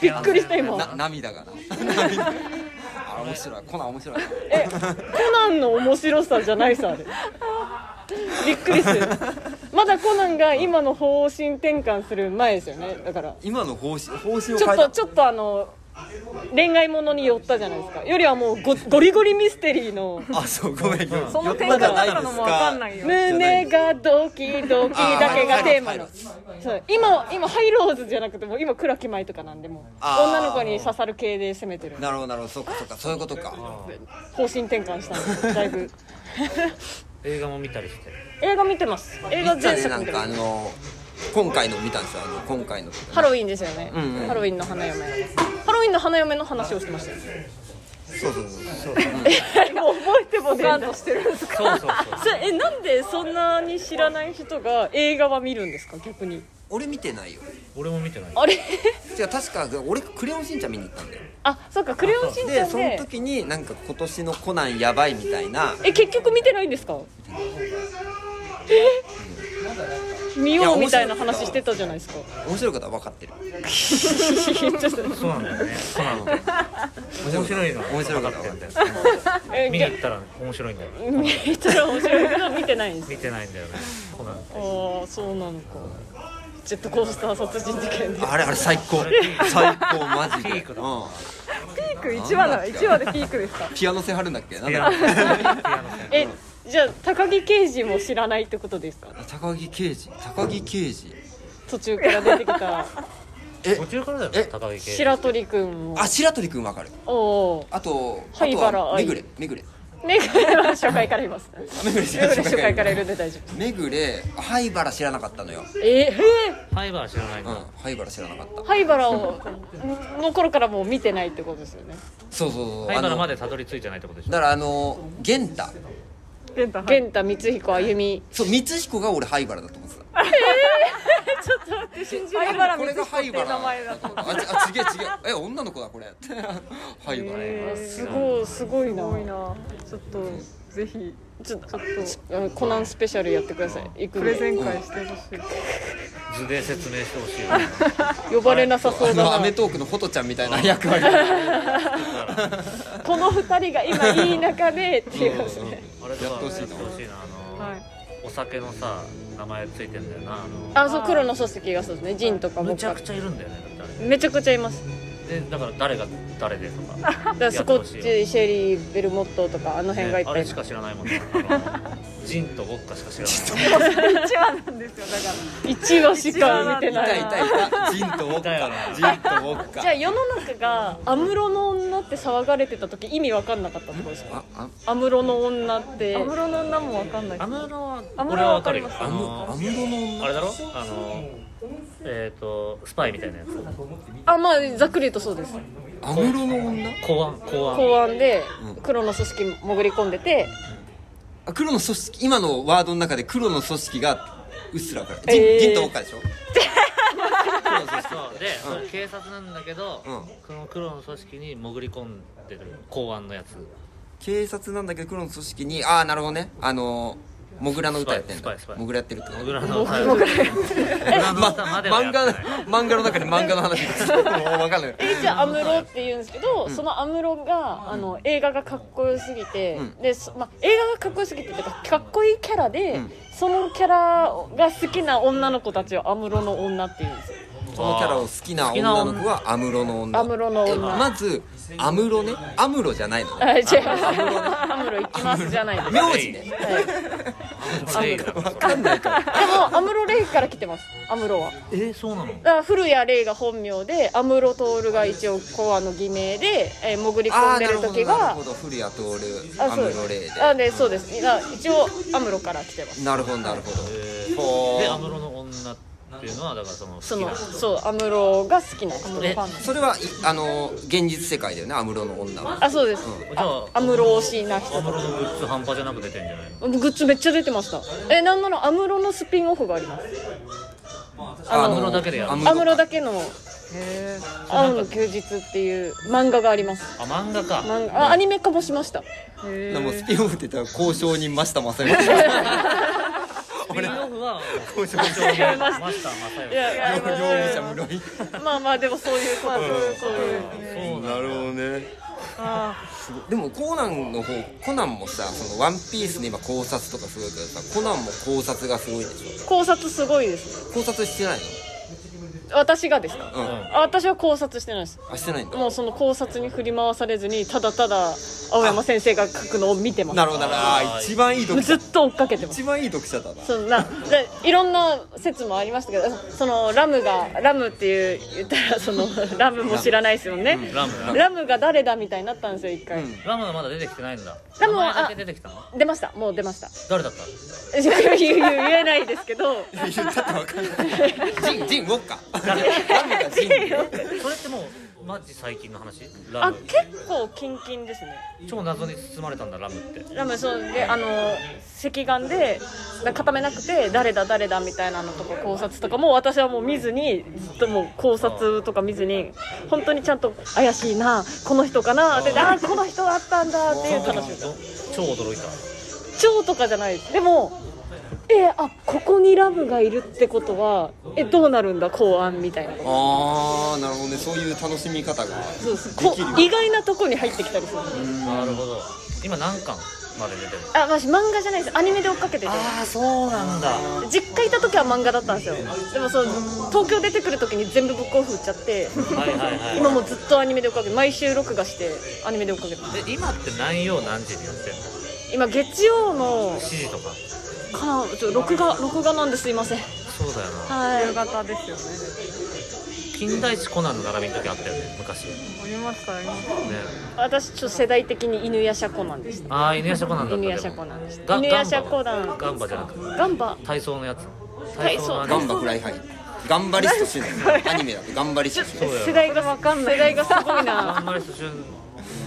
Speaker 2: びっくりした
Speaker 4: たな
Speaker 2: 今
Speaker 4: 涙がな涙あれ面白いコナン面白いな
Speaker 2: えコナンの面白さじゃないさあれびっくりするまだコナンが今の方針転針する前ですよねだから
Speaker 4: 今の方針方針を
Speaker 2: ちょ
Speaker 4: 変
Speaker 2: っ
Speaker 4: えた
Speaker 2: とちょっとあの恋愛ものに寄ったじゃないですかよりはもうゴゴリゴリミステリーの
Speaker 4: (laughs) あそうごめんごめん
Speaker 1: その展
Speaker 4: ま
Speaker 1: 開だ
Speaker 4: だない
Speaker 1: から
Speaker 4: です
Speaker 1: のも分かんないよ
Speaker 2: 胸がドキドキだけがテーマの
Speaker 4: あ
Speaker 2: そう今今ハイローズじゃなくてもう今倉木舞とかなんでもう
Speaker 4: あー
Speaker 2: 女の子に刺さる系で攻めてる
Speaker 4: なるほどなるほどそっかそっかそういうことか
Speaker 2: 方針転換したのだいぶ
Speaker 3: 映画も見たりして
Speaker 2: 映画見てます映画
Speaker 4: 見た
Speaker 2: 全
Speaker 4: ね
Speaker 2: 作
Speaker 4: なん
Speaker 2: 見て
Speaker 4: か
Speaker 2: ま
Speaker 4: あ
Speaker 2: す
Speaker 4: の今回の見たんですよあの今回の
Speaker 2: ハロウィンですよね、
Speaker 4: んうん
Speaker 2: ハロウィンの花嫁ハロウィンの花嫁の話をしてましたよ、
Speaker 4: そうそうそうそう
Speaker 2: えもう覚えてもねえ
Speaker 1: ガ
Speaker 2: な
Speaker 1: ードしてるんですか
Speaker 3: そうそうそう
Speaker 2: それえなんでそんなに知らない人が映画は見るんですか逆に
Speaker 4: 俺見てないよ
Speaker 3: 俺も見てない
Speaker 2: あれ
Speaker 4: 違う確か俺クレヨンしんちゃん見に行ったんだよ
Speaker 2: あそっか「クレヨンしんちゃ
Speaker 4: で
Speaker 2: ん
Speaker 4: その
Speaker 2: で」
Speaker 4: 時になんか今年のコナンやばいみたいな
Speaker 2: え結局見てないんですかえ見ようみたいな話してたじゃないですか
Speaker 4: 面白いことは分かってる
Speaker 2: ちょっと
Speaker 3: そうなんだよねそうなんだよ面白いの
Speaker 4: 面白いことは分か
Speaker 3: 分
Speaker 4: って
Speaker 3: かって
Speaker 4: る
Speaker 3: んだよ
Speaker 2: え
Speaker 3: 見
Speaker 2: ぎ
Speaker 3: に
Speaker 2: ゃ
Speaker 3: 行ったら面白いんだよ
Speaker 2: 見たら面白いけど見てないんです
Speaker 3: 見てないんだよねコナン
Speaker 2: (laughs) ああそうなのかジェットコースター殺人事件で
Speaker 4: あれあれ最高最高マジで、うん、
Speaker 1: ピーク1話だ1話でピークですか
Speaker 4: ピアノ背張るんだっけなん
Speaker 3: ピ
Speaker 4: だ
Speaker 3: ア
Speaker 4: っ
Speaker 3: ノ
Speaker 4: け
Speaker 2: えじゃあ高木刑事も知らないってことですか
Speaker 4: 高木刑事高木刑事
Speaker 2: 途中から出てきた
Speaker 3: 途中からだよ
Speaker 4: え
Speaker 3: ね高木圭
Speaker 2: 白鳥くんも
Speaker 4: あ白鳥くん分かる
Speaker 2: おお
Speaker 4: あとあ
Speaker 2: 灰
Speaker 4: と
Speaker 2: 原
Speaker 4: は
Speaker 2: 哀
Speaker 4: めぐれめぐれ
Speaker 2: ーねは初回から言います
Speaker 4: あめぐれ
Speaker 2: ね初回からいるんで大丈夫
Speaker 4: めぐれ灰原知らなかったのよ
Speaker 2: えー、え
Speaker 3: ハイバー知らないん
Speaker 4: うん
Speaker 3: だ
Speaker 4: 灰原知らなかった
Speaker 2: ー、灰原をの頃からもう見てないってことですよね
Speaker 4: そうそうそう
Speaker 3: ハイ
Speaker 4: あ
Speaker 3: バーま
Speaker 4: の
Speaker 3: でたどり着いてないってことでしょ
Speaker 4: だからあの源太
Speaker 1: 玄太はい
Speaker 2: 源太光彦歩み
Speaker 4: そう光彦が俺灰原だと思ってた
Speaker 1: 灰原
Speaker 4: これ
Speaker 1: 光
Speaker 4: が
Speaker 1: 彦って
Speaker 4: 灰
Speaker 1: いう
Speaker 4: 原
Speaker 1: 名前だと思っ
Speaker 4: ああ違う違うえ女の子だこれ (laughs) 灰原、
Speaker 2: すごいすごいな
Speaker 1: たいなちょっとぜひ
Speaker 2: ちょっ
Speaker 1: ちょっと
Speaker 2: とうんコナンスペシャルやってください行く
Speaker 1: プ
Speaker 2: ん
Speaker 1: レ
Speaker 2: で
Speaker 1: ゼン会してほしい
Speaker 3: 図で説明してほしいよね
Speaker 2: 呼ばれなさそ
Speaker 4: あ
Speaker 2: うだ
Speaker 4: の『ア
Speaker 2: な
Speaker 4: メトーク』のホトちゃんみたいな役割
Speaker 2: この二人が今いい中でっていうことですね
Speaker 3: あれとか
Speaker 4: やってほし
Speaker 3: や
Speaker 4: いな
Speaker 3: ってほしいなあ
Speaker 1: は
Speaker 3: の
Speaker 1: い
Speaker 3: お酒のさ名前ついてんだよなあの
Speaker 2: あそう黒の組織がそうですねジンとか
Speaker 3: む
Speaker 2: 僕
Speaker 3: ちゃ
Speaker 2: か
Speaker 3: くちゃいるんだよねだってあ
Speaker 2: めちゃくちゃいます
Speaker 3: れでだから誰が誰でと
Speaker 2: (laughs)
Speaker 3: か
Speaker 2: だからスコッチシェリーベルモットとかあの辺がいっ
Speaker 3: ね
Speaker 2: ぱ
Speaker 3: あ
Speaker 2: いい
Speaker 3: れし
Speaker 2: る
Speaker 3: か知らないもんねあのジンとウォッカしか知らない
Speaker 1: 1話なんですよだから
Speaker 2: 一話しか見て
Speaker 4: い
Speaker 2: な
Speaker 4: たい
Speaker 2: い
Speaker 4: たいたジンとウォッカジンとウォッ
Speaker 2: じゃあ
Speaker 4: カ
Speaker 2: 世の中が安室の女って騒がれてた時意味わかんなかったってことですか
Speaker 4: ああ
Speaker 2: 安室の女って
Speaker 1: 安室の女もわかんない
Speaker 3: アムロは
Speaker 1: アム
Speaker 3: 俺
Speaker 1: ロ
Speaker 3: は
Speaker 1: は
Speaker 3: わ
Speaker 1: わ
Speaker 3: か
Speaker 1: か
Speaker 3: る
Speaker 1: り
Speaker 3: よ
Speaker 1: ます
Speaker 3: あ
Speaker 4: アム
Speaker 3: の
Speaker 4: アムロの
Speaker 3: あれだろあのえっ、とスパイみたいなやつ
Speaker 2: あまあざっくり言うとそうです
Speaker 4: 安室の女
Speaker 3: 公安公安
Speaker 2: 公安で
Speaker 4: うん
Speaker 2: 黒の組織に潜り込んでて、
Speaker 4: あ黒の組織今のワードの中で黒の組織がうっすら分かる
Speaker 2: えー
Speaker 4: 銀銀と岡でしょ黒の組織
Speaker 3: そうで、それ警察なんだけど、
Speaker 4: うん
Speaker 3: この黒の組織に潜り込んでる公安のやつ
Speaker 4: 警察なんだけど黒の組織にああなるほどねあのーモグラの歌やってん
Speaker 3: スパ
Speaker 4: だ
Speaker 3: イスパイスパイ
Speaker 4: モグラやってるってこと
Speaker 3: モグラの歌モグラの
Speaker 4: ま
Speaker 3: 歌まではやっ
Speaker 4: 漫
Speaker 3: てな
Speaker 4: 画
Speaker 3: い、
Speaker 4: 漫画の中で漫画の話がちょっともう分かんない
Speaker 2: えじゃあ安室って言うんですけど、その安室があの映画がかっこよすぎて、
Speaker 4: うん
Speaker 2: でそま、映画がかっこよすぎてっていうかかっこいいキャラで、
Speaker 4: ん
Speaker 2: そのキャラが好きな女の子たちを安室の女って言うんですよ
Speaker 4: そのキャラを好きな女の子はアムロの女
Speaker 2: 安室の
Speaker 4: え
Speaker 2: 女、
Speaker 4: まずアムロねアムロじゃないのね
Speaker 2: あ違います安室行きますじゃないです、
Speaker 4: 名字ね
Speaker 2: はい、で
Speaker 3: あレイだからそれ
Speaker 2: も安室レイから来てます安室は
Speaker 3: えーそうなの
Speaker 2: だから古谷レイが本名で安室徹が一応コアの偽名で、えー潜り込
Speaker 4: あ
Speaker 2: ん
Speaker 4: あ
Speaker 2: で
Speaker 4: なる
Speaker 2: る
Speaker 4: ほ
Speaker 2: 時
Speaker 4: どなる
Speaker 2: が
Speaker 4: ほど古谷徹
Speaker 2: あ
Speaker 4: ア
Speaker 2: そう
Speaker 4: ムロレイで
Speaker 2: あでそうですだから一応安室から来てます
Speaker 4: なるほどなるほど
Speaker 3: え
Speaker 4: ほ
Speaker 3: ー、
Speaker 4: う
Speaker 3: で安室の女っていうのはだからその好き
Speaker 2: そ
Speaker 3: な
Speaker 2: のそう安室が好きな安室ファンなんです
Speaker 4: それはいあの現実世界だよねアムロの女は
Speaker 2: あそうです
Speaker 3: じゃ
Speaker 2: あ
Speaker 3: あ
Speaker 2: 安室推しな
Speaker 3: 安
Speaker 2: 人
Speaker 3: 室のグッズ半端じゃなく出てんじゃないの
Speaker 2: グッズめっちゃ出てましたえなんなら安室のスピンオフがあります
Speaker 4: あの
Speaker 3: アムロだけでやる
Speaker 4: アムロ
Speaker 2: 安室だけの「青の休日」っていう漫画があります
Speaker 3: あ漫画か
Speaker 2: 漫画あアニメ化もしました
Speaker 4: でもスピンオフって言ったら交渉人増田正美
Speaker 3: スピンオフは
Speaker 4: 交渉人
Speaker 3: マスターマスター
Speaker 4: 容疑者室井
Speaker 2: まあまあでもそういうまあそういうそういう
Speaker 3: そうな
Speaker 4: なるほどねすごいでもコナンの方コナンもさそのワンピースで今考察とかすごいけどさコナンも考察がすごいでしょ
Speaker 2: 考察すごいですね
Speaker 4: 考察してない
Speaker 2: 私がですか
Speaker 4: のうん、
Speaker 2: あ私は考察してないです
Speaker 4: あしてないんだ
Speaker 2: もうその考察に振り回されずにただただ青山先生が書くのを見てます
Speaker 4: なるほどなるほどあー一番いい読
Speaker 2: ず
Speaker 4: 者
Speaker 2: っと追っかけてます
Speaker 4: 一番いい読者だな
Speaker 2: そのなでいろんな説もありましたけどそのラムがラムっていう言ったらその (laughs) ラムも知らないですよね、
Speaker 3: ラムが
Speaker 2: ラムが誰だみたいになったんですよ一回、
Speaker 4: うん
Speaker 3: ラムはまだ出てきてないんだ
Speaker 2: ラ
Speaker 3: ラ
Speaker 2: ム
Speaker 3: ム
Speaker 2: は
Speaker 3: だけ出てきたの
Speaker 2: 出ましたもう出ました (laughs)
Speaker 3: 誰だった
Speaker 2: 言え言え言えないですけど
Speaker 4: (laughs) 言っちゃったわかんないジンジンウォッカラムがジン
Speaker 3: それってもうマジ最近の話ラ
Speaker 2: あ
Speaker 3: ム
Speaker 2: 結構キンキンですね
Speaker 3: 超謎に包まれたんだラムって
Speaker 2: ラムそうであの赤眼でな固めなくて誰だ誰だみたいなのとか考察とかも私はもう見ずにずっともう考察とか見ずに本当にちゃんと怪しいなこの人かなであーこの人だったんだっていう
Speaker 3: その
Speaker 2: 楽しみ
Speaker 3: 時ど超驚いた
Speaker 2: 蝶とかじゃないでもえー、あここにラムがいるってことはえどうなるんだ公安みたいな
Speaker 4: あーなるほどねそういう楽しみ方が
Speaker 2: そうですこ
Speaker 4: できる
Speaker 2: 意外なとこに入ってきたりする
Speaker 3: なるほど今何巻まで出てる
Speaker 2: あ私漫画じゃないですアニメで追っかけてて
Speaker 3: あそうなんだ
Speaker 2: 実家いた時は漫画だったんですよでもそう東京出てくる時に全部ブックオフ売っちゃって
Speaker 3: はいはいはい
Speaker 2: 今もうずっとアニメで追っかけて毎週録画してアニメで追っかけてます
Speaker 3: え今って何曜何時にやってんの
Speaker 2: 今月曜の
Speaker 3: 7時とか
Speaker 2: かなちょ録画録画なんですいません
Speaker 3: そうだよな
Speaker 2: はい
Speaker 1: 夕方ですよね
Speaker 3: 近代一コナンの並びの時あったよね昔ね
Speaker 1: ありましたありまし
Speaker 2: 私ちょっと世代的に犬やシャコなんでした
Speaker 3: ああ犬やしゃコナンだった
Speaker 2: 犬
Speaker 3: でも
Speaker 2: やシャコなんでした
Speaker 3: ガ
Speaker 2: 犬やシャコなん
Speaker 3: ガンバじゃなくて
Speaker 2: ガンバ
Speaker 3: 体操のやつ
Speaker 2: 体操
Speaker 3: のあれ
Speaker 4: ガンバフライハイ頑張りストしないアニメだと頑張りストしな
Speaker 3: そ
Speaker 4: いう
Speaker 3: だよ
Speaker 2: 世代がわかんない世代がすごい
Speaker 3: ガン
Speaker 2: な
Speaker 3: バリスト旬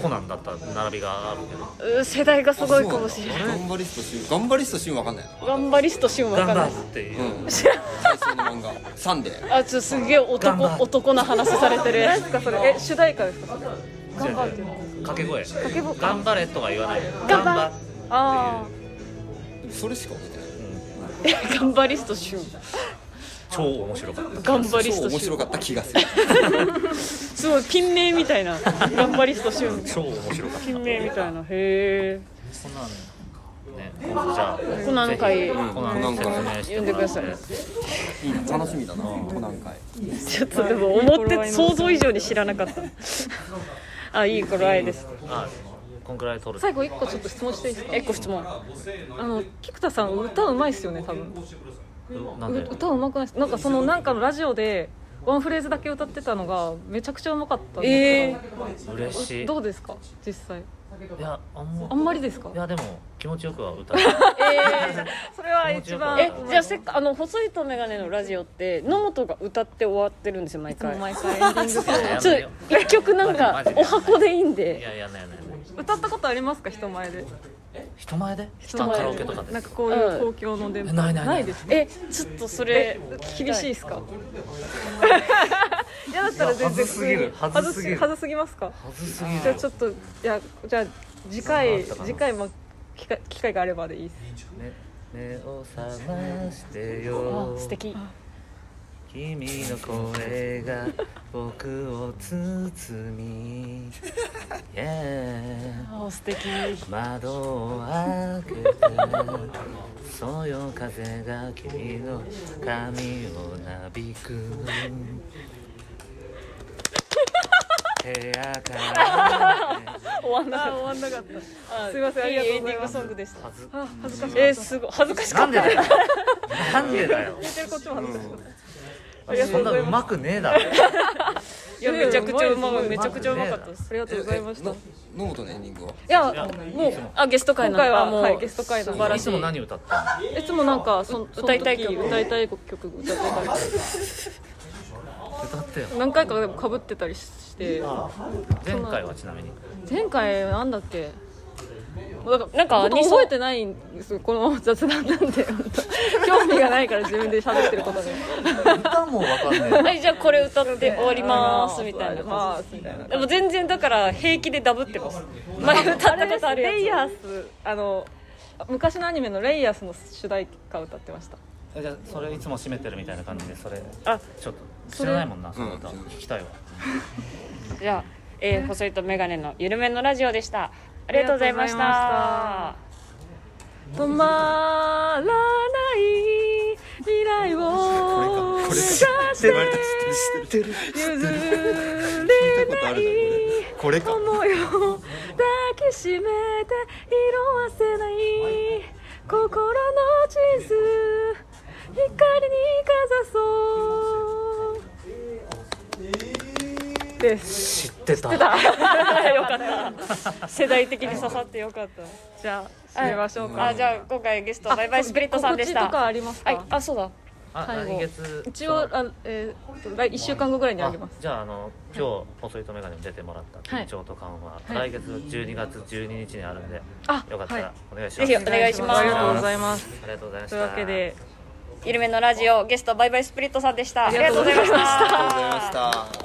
Speaker 3: コナンだった並びがあるけど
Speaker 2: うん世代がすごいかもしれない
Speaker 4: 頑張りストし頑張りストしんわかんないな
Speaker 2: ガンバリストシュンわ
Speaker 3: ガ
Speaker 2: か
Speaker 3: ン
Speaker 2: んな
Speaker 3: バ
Speaker 2: い
Speaker 3: ーっていう、
Speaker 4: うん最初の漫画サンデー
Speaker 2: あちょっとすげえ
Speaker 3: ガン
Speaker 2: 男
Speaker 3: バ
Speaker 2: 男な話されてる
Speaker 1: たそれえ主題歌ですかそれ頑張って
Speaker 3: 掛け声
Speaker 1: け声
Speaker 3: 頑張れとは言わない
Speaker 2: ガンバ
Speaker 3: っ
Speaker 1: あ
Speaker 4: それしか覚えてない
Speaker 2: ガンバリストシュン
Speaker 3: 超面白かった
Speaker 2: ガンバリス
Speaker 4: 超
Speaker 2: ト
Speaker 4: 面
Speaker 2: シュ
Speaker 4: 白
Speaker 2: ン
Speaker 4: かった気がする
Speaker 2: すごいピン名みたいなガンバリストシュン
Speaker 3: 超面白かった
Speaker 2: ピン名みたいなへえ
Speaker 3: コナンね今度じゃあ
Speaker 2: コナン会
Speaker 3: ぜひコナンの説明してもらって
Speaker 2: 呼んでください
Speaker 4: いいな楽しみだなコナン会
Speaker 2: ちょっとでも思って想像以上に知らなかったあいい頃合いです
Speaker 3: あこんくらい取
Speaker 1: あ
Speaker 3: る
Speaker 1: 最後一個ちょっと質問していいですか
Speaker 2: えご質問
Speaker 1: あの菊田さん歌うまいっすよね多分
Speaker 3: なん
Speaker 1: う
Speaker 3: で
Speaker 1: 歌うまくないっすなんかそのなんかのラジオでワンフレーズだけ歌ってたのがめちゃくちゃうまかったんですけど
Speaker 2: え
Speaker 3: 嬉しい
Speaker 1: どうですか実際
Speaker 3: いやあんま
Speaker 1: あんまりですか
Speaker 3: いやでも気持ちよくは歌 (laughs) え
Speaker 1: それは一番
Speaker 2: えじゃあせっかあの細いとメガネのラジオって野本が歌って終わってるんですよ毎
Speaker 1: いつも
Speaker 2: 回
Speaker 1: 毎回エンディングソング
Speaker 3: ない
Speaker 2: ちょっと一曲なんか
Speaker 3: マジで
Speaker 2: お箱でいいん
Speaker 3: い
Speaker 2: で
Speaker 3: やいやないないない
Speaker 1: 歌ったことありますか人前で
Speaker 3: 人前で人
Speaker 1: 前
Speaker 3: 前
Speaker 1: で
Speaker 3: カラオケとかで
Speaker 1: なんかこういう公共の電波、
Speaker 3: うんないないない
Speaker 1: ですね
Speaker 2: えちょっとそれ
Speaker 1: 厳しいで
Speaker 2: い
Speaker 1: すか (laughs) いやだったら全然
Speaker 3: いや恥ずすぎる
Speaker 1: 普通に
Speaker 3: 恥ずすぎる
Speaker 1: 恥ずすぎますか
Speaker 3: 恥ずすぎる
Speaker 1: じゃあちょっといやじゃあ次回
Speaker 3: そんなのあったかな
Speaker 1: 次回も機会機会があればでいいです
Speaker 3: ね目を覚ましてよ
Speaker 2: 素敵
Speaker 3: 君の声が僕を包み Yeah
Speaker 2: あ素敵
Speaker 3: 窓を開けてそよ風が君の髪をなびく部屋から
Speaker 2: 終わんなかった終わんなかっ
Speaker 1: すいませんありがとうございます
Speaker 2: エンディングソングでした
Speaker 3: はず
Speaker 1: あ恥ずかしい
Speaker 2: えーすごい恥ずかしか
Speaker 3: な
Speaker 2: っ
Speaker 3: んで
Speaker 2: た
Speaker 3: だよなんでだよ
Speaker 1: 聞いてるこっちも恥ずかしいありがと
Speaker 3: そ
Speaker 1: うんご
Speaker 3: な
Speaker 1: ざい
Speaker 3: のう
Speaker 1: ます
Speaker 3: まくねえだろ
Speaker 2: いやめちゃくちゃうま
Speaker 1: いやいや
Speaker 2: いめちゃくちゃうまかったです
Speaker 1: ありがとうございました
Speaker 4: の野本のエンディングはい
Speaker 2: やもうあゲスト会
Speaker 1: 今回は
Speaker 2: あもう
Speaker 1: はいゲスト会なん
Speaker 2: 素
Speaker 1: で
Speaker 2: 晴ら
Speaker 3: い
Speaker 2: し
Speaker 3: つも何歌ったの
Speaker 1: いつもなんかその
Speaker 2: 歌いたい曲
Speaker 1: その時歌いたい曲歌ってたり
Speaker 3: 歌ってよ
Speaker 1: 何回かでもかぶってたりして
Speaker 3: 前回はちなみに
Speaker 1: 前回なんだっけなんか
Speaker 2: なんか
Speaker 1: 本当
Speaker 2: 二層
Speaker 1: 覚えてないんですよこの雑談なんで本当興味がないから自分で喋ってることに
Speaker 3: 歌もわかんねえな
Speaker 2: はいじゃあこれ歌って終わりますみたいな感
Speaker 1: ますみたいな
Speaker 2: じでも全然だから平気でダブってます前歌ったことある
Speaker 1: レイ
Speaker 2: や
Speaker 1: ヤースあの昔のアニメのレイヤースの主題歌歌ってました
Speaker 3: (laughs) じゃあそれいつも締めてるみたいな感じでそれ
Speaker 2: つあ
Speaker 3: ちょっと知らないもんなその歌
Speaker 4: うん
Speaker 3: 聞きたいわ
Speaker 2: じゃあ、えー、細いとメガネのゆるめのラジオでしたありがとうございまし
Speaker 1: ありがとう
Speaker 2: た
Speaker 1: 止まらない未来を目指して
Speaker 4: てる知ってる
Speaker 1: 譲
Speaker 4: 聞
Speaker 1: れ
Speaker 4: いたこと
Speaker 1: な
Speaker 4: ある
Speaker 1: い
Speaker 4: じゃんこれこ
Speaker 1: こ
Speaker 4: れか
Speaker 1: の世を抱きしめて色あせない心の地図光にかざそうです
Speaker 3: 知って
Speaker 2: (laughs)
Speaker 3: た
Speaker 2: よかった世代的に刺さってよかった
Speaker 1: じゃあ締めましょうか
Speaker 2: あじゃあ今回ゲストバイバイスピリットさんでした
Speaker 1: 告知とかありますか、
Speaker 2: はいあそうだ
Speaker 3: あ
Speaker 1: 最後
Speaker 3: 来月
Speaker 1: 一応あ、えー、来1週間後ぐらいにあげます
Speaker 3: あじゃああの今日細いとメガネに出てもらった
Speaker 1: はい
Speaker 3: 緊張と緩和、
Speaker 1: はい
Speaker 3: 来月12月12日にあるんで、
Speaker 1: あ
Speaker 3: よかった
Speaker 1: は
Speaker 3: らお願いしま
Speaker 2: ぜ
Speaker 3: す、
Speaker 2: ひお願いします
Speaker 1: ありがとうございます
Speaker 3: ありがとうございまし
Speaker 1: と
Speaker 3: た
Speaker 1: いうわけで
Speaker 2: ゆるめのラジオゲストバイバイスプリットさんでしたあ
Speaker 1: りがとうございました
Speaker 2: りがとうございま
Speaker 4: ありがとうございました